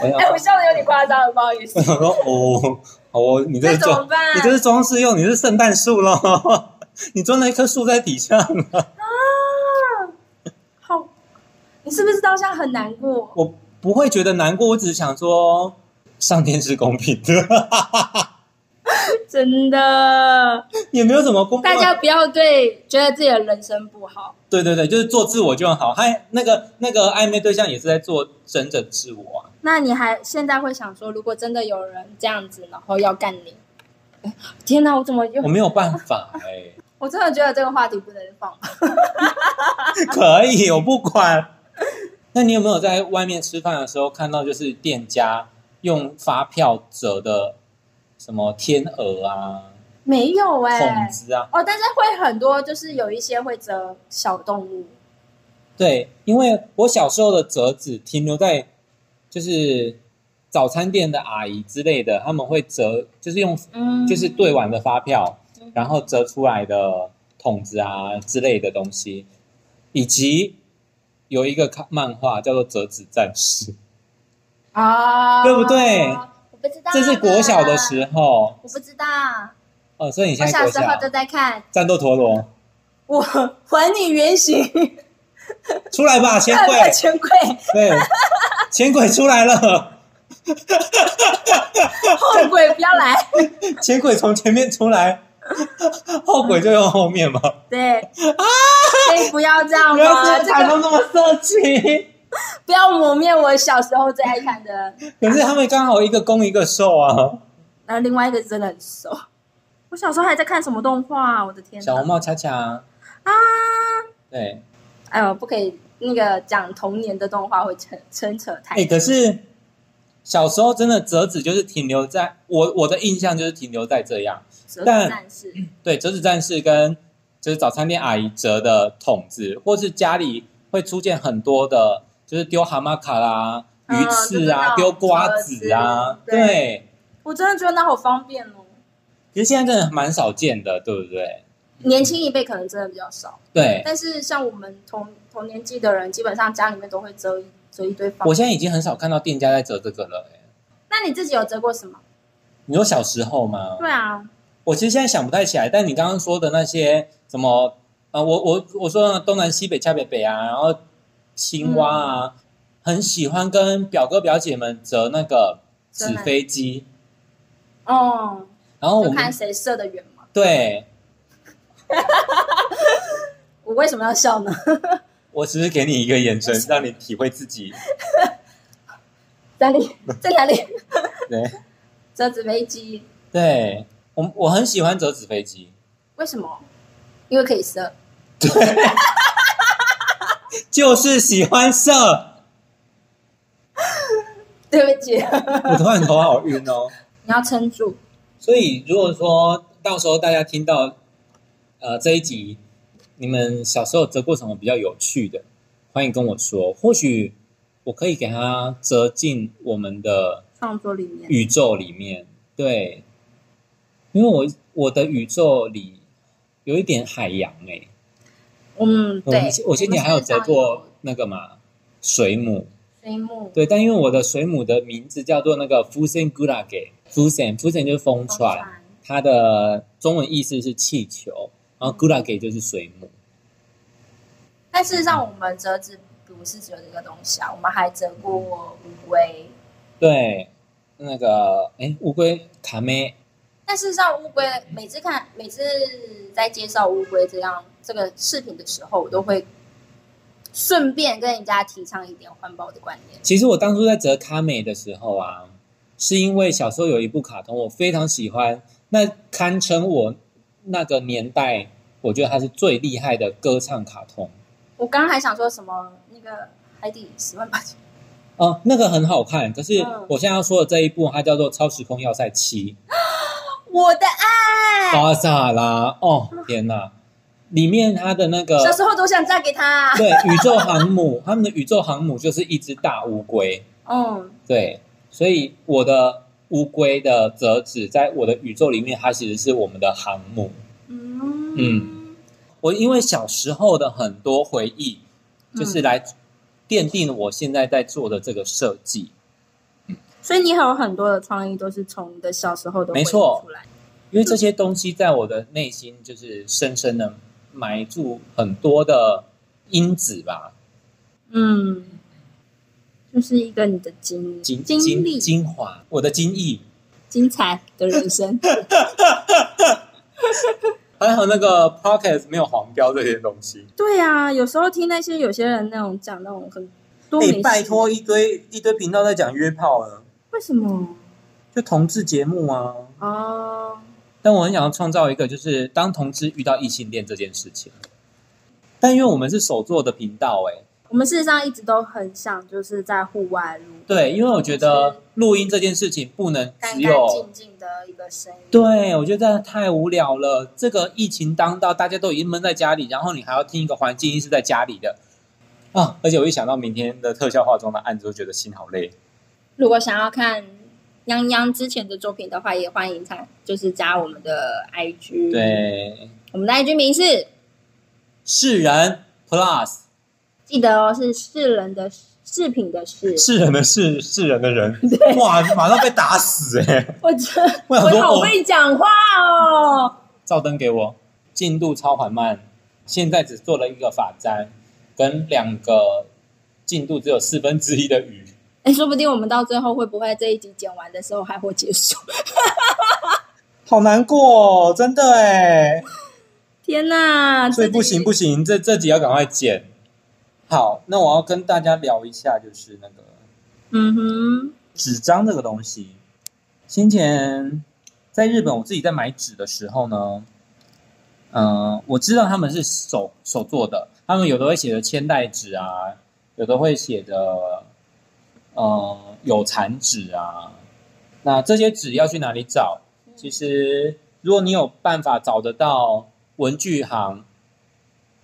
Speaker 2: 我想
Speaker 3: 哎、我笑的有点夸张了，不好意思
Speaker 2: 我。想说哦，好哦，你这
Speaker 3: 那
Speaker 2: 是
Speaker 3: 怎么
Speaker 2: 装，
Speaker 3: 办？
Speaker 2: 你这是装饰用，你是圣诞树咯， 你装了一棵树在底下 了。
Speaker 1: 啊好，你是不是当下很难过？
Speaker 2: 我不会觉得难过，我只是想说，上天是公平的，
Speaker 1: 真的，
Speaker 2: 也没有什么公平。
Speaker 1: 大家不要对觉得自己的人生不好，
Speaker 2: 对对对，就是做自我就好。还那个那个暧昧对象也是在做真正自我啊。
Speaker 1: 那你还现在会想说，如果真的有人这样子，然后要干你，哎天哪，我怎么又
Speaker 2: 我没有办法哎、
Speaker 1: 我真的觉得这个话题不能放。
Speaker 2: 可以，我不管。那你有没有在外面吃饭的时候看到，就是店家用发票折的什么天鹅啊、
Speaker 1: 没有哎、
Speaker 2: 筒子啊？
Speaker 1: 哦，但是会很多，就是有一些会折小动物，
Speaker 2: 对，因为我小时候的折纸停留在就是早餐店的阿姨之类的，他们会折，就是用
Speaker 1: 嗯，
Speaker 2: 就是兑完的发票
Speaker 1: 嗯，
Speaker 2: 然后折出来的筒子啊之类的东西，以及有一个看漫画叫做《折纸战士》。
Speaker 1: 啊，
Speaker 2: 对不对？
Speaker 1: 我不知道，啊
Speaker 2: 这是国小的，时候，
Speaker 1: 我不知道，
Speaker 2: 呃，所以你
Speaker 1: 我
Speaker 2: 现在
Speaker 1: 小
Speaker 2: 国
Speaker 1: 时
Speaker 2: 小
Speaker 1: 候都在看，
Speaker 2: 战斗陀螺
Speaker 3: 我还你原形，
Speaker 2: 出来吧，钱
Speaker 3: 看
Speaker 2: 柜，
Speaker 3: 看钱柜，
Speaker 2: 对，钱柜出来了，
Speaker 3: 后悔不要来。
Speaker 2: 钱柜从前面出来，后悔就用后面吧，
Speaker 1: 对，可以不要这样
Speaker 2: 不要
Speaker 1: 吗？嗯
Speaker 2: 这
Speaker 1: 啊这
Speaker 2: 台
Speaker 1: 个
Speaker 2: 风那么色情。
Speaker 1: 不要磨灭我小时候最爱看的，
Speaker 2: 可是他们刚好一个攻一个受啊，
Speaker 1: 然后另外一个真的很熟。我小时候还在看什么动画、啊？我的天
Speaker 2: 小
Speaker 1: 哪！
Speaker 2: 红帽恰恰，
Speaker 1: 啊，
Speaker 2: 对，
Speaker 1: 哎呦，不可以那个讲童年的动画会扯牵扯太
Speaker 2: 哎，可是小时候真的折纸就是停留在我我的印象就是停留在这样，
Speaker 1: 折
Speaker 2: 哎但
Speaker 1: 纸战士。
Speaker 2: 对，折纸战士跟就是早餐店阿姨折的筒子，或是家里会出现很多的，就是丢蛤蟆卡啦、
Speaker 1: 嗯
Speaker 2: 鱼刺啊、
Speaker 1: 就是那种
Speaker 2: 丢瓜子啊，
Speaker 1: 折子我真的觉得那好方便哦。
Speaker 2: 其实现在真的蛮少见的，对不对？
Speaker 1: 年轻一辈可能真的比较少，
Speaker 2: 对，
Speaker 1: 但是像我们同同年纪的人，基本上家里面都会折一折一堆方
Speaker 2: 我。现在已经很少看到店家在折这个了、欸。
Speaker 1: 那你自己有折过什么？
Speaker 2: 你说小时候吗？
Speaker 1: 对啊，
Speaker 2: 我其实现在想不太起来，但你刚刚说的那些什么啊、呃我我我说的东南西北恰北北啊，然后青蛙啊，
Speaker 1: 嗯
Speaker 2: 很喜欢跟表哥表姐们折那个纸飞机，
Speaker 1: 哦，
Speaker 2: 然后我
Speaker 1: 就
Speaker 2: 们
Speaker 1: 看谁射的远嘛。
Speaker 2: 对
Speaker 1: 我为什么要笑呢？
Speaker 2: 我只是给你一个眼神，让你体会自 己。
Speaker 1: 在哪里？在哪里？
Speaker 2: 对
Speaker 1: 折纸飞机？
Speaker 2: 对，我我很喜欢折纸飞机，
Speaker 1: 为什么？因为可以射。
Speaker 2: 就是喜欢射。
Speaker 1: 对不起，
Speaker 2: 我突然头好晕哦。
Speaker 1: 你要撑住。
Speaker 2: 所以如果说到时候大家听到呃这一集，你们小时候折过什么比较有趣的，欢迎跟我说，或许我可以给它折进我们的
Speaker 1: 创作里面，
Speaker 2: 宇宙里面。对，因为我我的宇宙里有一点海洋哎、
Speaker 1: 嗯，
Speaker 2: 我们
Speaker 1: 对，
Speaker 2: 嗯哦我先前还有折
Speaker 1: 我们身上
Speaker 2: 过那个嘛，水母，
Speaker 1: 水母，
Speaker 2: 对，但因为我的水母的名字叫做那个 Fusen Gurage，Fusen，Fusen 就是风
Speaker 1: 风
Speaker 2: 船，它的中文意思是气球，然后 Gurage 就是水母。
Speaker 1: 但事实上，我们折纸不是只有这个东西啊，我们还折过乌龟。
Speaker 2: 对，那个哎，乌龟卡梅，
Speaker 1: 但事实上，乌龟每次看每次在介绍乌龟这样这个饰品的时候，我都会顺便跟人家提倡一点环保的观念。
Speaker 2: 其实我当初在折卡美的时候啊，是因为小时候有一部卡通我非常喜欢，那堪称我那个年代，我觉得它是最厉害的歌唱卡通。
Speaker 1: 我刚刚还想说什么那个海底十万八千，
Speaker 2: 哦，那个很好看，可是
Speaker 1: 嗯
Speaker 2: 我现在要说的这一部，它叫做《超时空要塞七
Speaker 1: 我的爱，》，
Speaker 2: 巴萨拉，哦天哪！里面它的那个
Speaker 1: 小时候都想嫁给他。
Speaker 2: 呃 对宇宙航母，他们的宇宙航母就是一只大乌龟，
Speaker 1: 嗯，
Speaker 2: 对，所以我的乌龟的折纸在我的宇宙里面，它其实是我们的航母。
Speaker 1: 嗯
Speaker 2: 嗯我因为小时候的很多回忆，就是来奠定我现在在做的这个设计。
Speaker 1: 所以你还有很多的创意都是从你的小时候都
Speaker 2: 没错
Speaker 1: 回忆出来。
Speaker 2: 因为这些东西在我的内心就是深深的埋住很多的因子吧，
Speaker 1: 嗯，就是一个你的经
Speaker 2: 精
Speaker 1: 经历
Speaker 2: 精精华，我的精益，
Speaker 1: 精彩的人 生。
Speaker 2: 还有那个 pocket 没有黄标这些东西。
Speaker 1: 对啊，有时候听那些有些人那种讲那种很多
Speaker 2: 哎、
Speaker 1: 没、
Speaker 2: 拜，托，一堆一堆频道在讲约炮了，
Speaker 1: 为什么？
Speaker 2: 就同志节目啊。
Speaker 1: 哦，
Speaker 2: 但我很想要创造一个，就是当同志遇到异性恋这件事情。但因为我们是手做的频道、哎，
Speaker 1: 我们事实上一直都很想就是在户外录，
Speaker 2: 对，因为我觉
Speaker 1: 是
Speaker 2: 得录音这件事情不能
Speaker 1: 干
Speaker 2: 只
Speaker 1: 干
Speaker 2: 有
Speaker 1: 净净的一个声音。
Speaker 2: 对，我觉得真的太无聊了。这个疫情当道，大家都已经闷在家里，然后你还要听一个环境音是在家里的啊！而且我一想到明天的特效化妆的案子，我觉得心好累。
Speaker 1: 如果想要看泱泱之前的作品的话，也欢迎看，就是加我们的 IG。，
Speaker 2: 对，
Speaker 1: 我们的 IG 名是
Speaker 2: 世人 Plus，
Speaker 1: 记得哦，是世人的饰品的饰。
Speaker 2: 世人的世，世人的 人，哇，马上被打死哎、
Speaker 1: 我这
Speaker 2: 我想
Speaker 1: 我
Speaker 2: 说，
Speaker 1: 好
Speaker 2: 哦
Speaker 1: 会讲话哦。
Speaker 2: 照灯给我，进度超缓慢，现在只做了一个发簪跟两个进度只有四分之一的鱼。
Speaker 1: 哎，说不定我们到最后会不会这一集剪完的时候还会结束？
Speaker 2: 好难过、哦，真的 哎。
Speaker 1: 天哪！
Speaker 2: 所以
Speaker 1: 这集
Speaker 2: 不行不行，这这集要赶快剪。好，那我要跟大家聊一下，就是那个
Speaker 1: 嗯哼，
Speaker 2: 纸张这个东西。先前在日本，我自己在买纸的时候呢，嗯、我知道他们是手手做的，他们有的会写的千代纸啊，有的会写的呃有残纸啊。那这些纸要去哪里找？其实如果你有办法找得到文具行，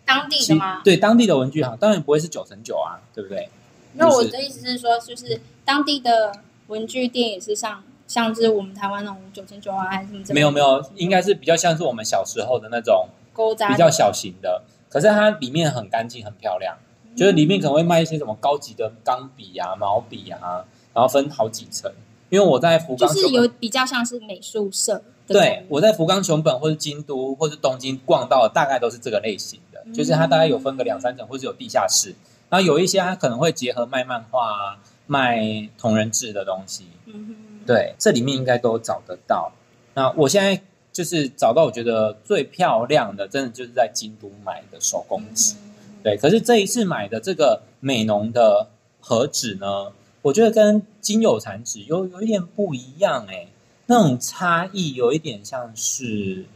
Speaker 1: 当地的
Speaker 2: 其
Speaker 1: 吗？
Speaker 2: 对当地的文具行，当然不会是九成九啊，对不对？
Speaker 1: 那
Speaker 2: 就
Speaker 1: 我
Speaker 2: 是
Speaker 1: 的意思是说，就是当地的文具店也是像像是我们台湾那种九千九啊，还是什么？
Speaker 2: 没有没有，应该是比较像是我们小时候的那种
Speaker 1: 勾扎的
Speaker 2: 比较小型的，可是它里面很干净很漂亮，
Speaker 1: 嗯
Speaker 2: 就是里面可能会卖一些什么高级的钢笔啊、毛笔啊，然后分好几层。因为我在福
Speaker 1: 就
Speaker 2: 冈
Speaker 1: 是
Speaker 2: 熊
Speaker 1: 有
Speaker 2: 本，
Speaker 1: 比较像是美术社的感
Speaker 2: 对
Speaker 1: 觉。
Speaker 2: 我在福冈熊本或是京都或是东京逛到，大概都是这个类型
Speaker 1: 嗯
Speaker 2: 的，就是它大概有分个两三层，或是有地下室，然后有一些它可能会结合卖漫画啊、卖同人志的东西，
Speaker 1: 嗯哼，
Speaker 2: 对，这里面应该都找得到。那我现在就是找到我觉得最漂亮的，真的就是在京都买的手工纸。对，可是这一次买的这个美浓的盒纸呢，我觉得跟金友产纸有有一点不一样哎、那种差异有一点像是，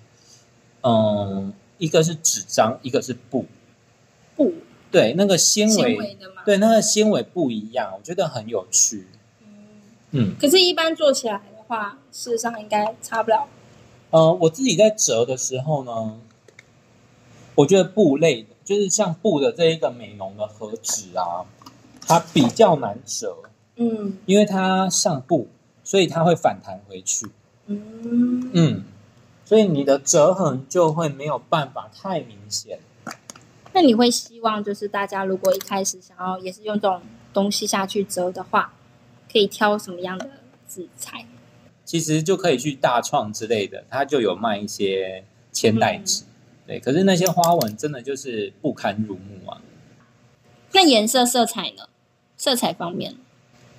Speaker 2: 嗯，一个是纸张，一个是布，
Speaker 1: 布
Speaker 2: 对，那个纤
Speaker 1: 纤
Speaker 2: 维，
Speaker 1: 维的嘛。
Speaker 2: 对，那个纤维不一样，我觉得很有趣。
Speaker 1: 嗯
Speaker 2: 嗯，
Speaker 1: 可是，一般做起来的话，事实上应该差不了。
Speaker 2: 呃，我自己在折的时候呢，我觉得布类的，就是像布的这一个美浓的盒纸啊，它比较难折，
Speaker 1: 嗯
Speaker 2: 因为它上布，所以它会反弹回去。
Speaker 1: 嗯，
Speaker 2: 嗯，所以你的折痕就会没有办法太明显。
Speaker 1: 那你会希望就是大家如果一开始想要也是用这种东西下去折的话，可以挑什么样的纸材？
Speaker 2: 其实就可以去大创之类的，它就有卖一些千代纸，对。可是那些花纹真的就是不堪入目啊！
Speaker 1: 那颜色色彩呢？色彩方面，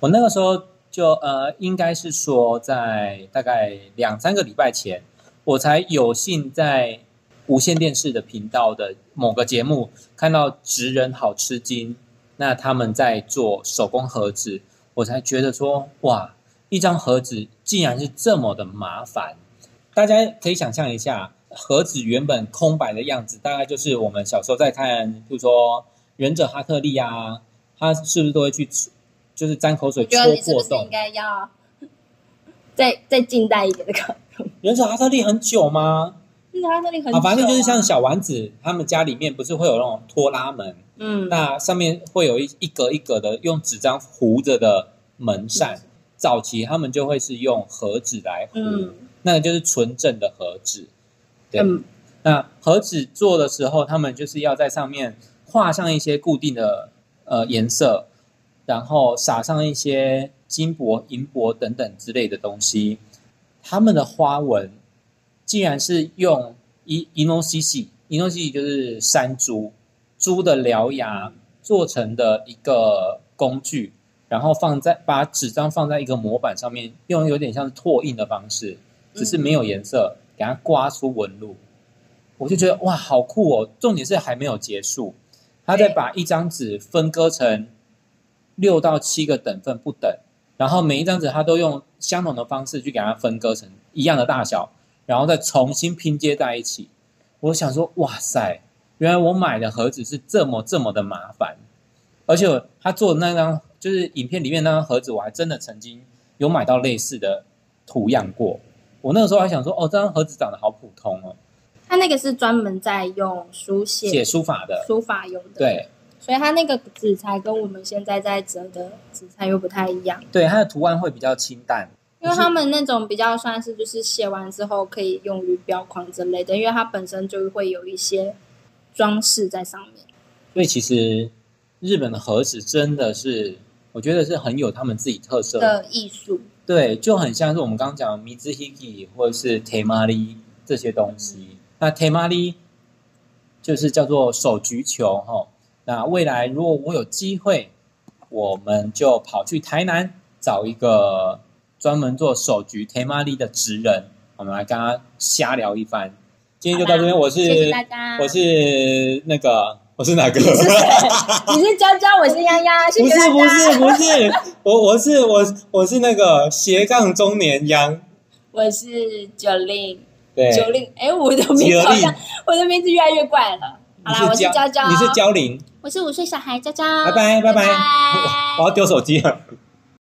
Speaker 2: 我那个时候就呃，应该是说在大概两三个礼拜前，我才有幸在无线电视的频道的某个节目看到职人好吃惊，那他们在做手工盒子，我才觉得说哇，一张盒子竟然是这么的麻烦。大家可以想象一下，盒子原本空白的样子，大概就是我们小时候在看，比如说《忍者哈特利》啊，他是不是都会去就是沾口水
Speaker 1: 我
Speaker 2: 戳
Speaker 1: 觉得你是不
Speaker 2: 破
Speaker 1: 是
Speaker 2: 洞
Speaker 1: 应？该要再再近代一点的 考虑？
Speaker 2: 忍者哈特利很久吗？
Speaker 1: 那它那里很、
Speaker 2: 啊，反正就是像，小丸子他们家里面不是会有那种拖拉门，
Speaker 1: 嗯，
Speaker 2: 那上面会有一一格一格的用纸张糊着的门扇。早期他们就会是用盒子来糊，
Speaker 1: 嗯
Speaker 2: 那个就是纯正的盒子。对
Speaker 1: 嗯，
Speaker 2: 那盒子做的时候，他们就是要在上面画上一些固定的呃颜色，然后撒上一些金箔、银箔等等之类的东西。他们的花纹竟然是用银银龙西西，银龙西西就是山猪猪的獠牙做成的一个工具，然后放在把纸张放在一个模板上面，用有点像是拓印的方式，只是没有颜色，给它刮出纹路。我就觉得哇，好酷哦！重点是还没有结束，他再把一张纸分割成六到七个等份不等，然后每一张纸他都用相同的方式去给它分割成一样的大小，然后再重新拼接在一起。我想说，哇塞，原来我买的盒子是这么这么的麻烦，而且他做的那张就是影片里面那张盒子，我还真的曾经有买到类似的图样过。我那个时候还想说，哦，这张盒子长得好普通哦，
Speaker 1: 它那个是专门在用书
Speaker 2: 写
Speaker 1: 写
Speaker 2: 书法的，
Speaker 1: 书法用的，，
Speaker 2: 对
Speaker 1: 所以它那个纸材跟我们现在在折的纸材又不太一样。
Speaker 2: 对，它的图案会比较清淡，
Speaker 1: 因为他们那种比较算是就是写完之后可以用于标框之类的，因为它本身就会有一些装饰在上面。
Speaker 2: 所以其实日本的盒子真的是，我觉得是很有他们自己特色的
Speaker 1: 的艺术，
Speaker 2: 对，就很像是我们刚刚讲的 mizuhiki 或者是 temari 这些东
Speaker 1: 嗯
Speaker 2: 西。那 temari 就是叫做手菊球哈。那未来如果我有机会，我们就跑去台南找一个专门做手菊 temari 的职人，我们来跟他瞎聊一番。今天就到这边，我是
Speaker 1: 谢谢大家，
Speaker 2: 我是那个我是哪个？
Speaker 3: 你是娇娇，我是丫丫，谢
Speaker 2: 不
Speaker 3: 谢
Speaker 2: 是
Speaker 3: 大
Speaker 2: 不
Speaker 3: 家。
Speaker 2: 是不是，我我是我我是那个斜杠中年央。
Speaker 1: 我是九令
Speaker 2: 对，
Speaker 1: 九令，哎，我的名字好像
Speaker 2: 令，
Speaker 1: 我的名字越来越怪了。好啦，我是娇娇，
Speaker 2: 你是娇玲，
Speaker 1: 我是五岁小孩娇娇，
Speaker 2: 拜拜拜拜
Speaker 1: 拜拜
Speaker 2: 我要丢手机了。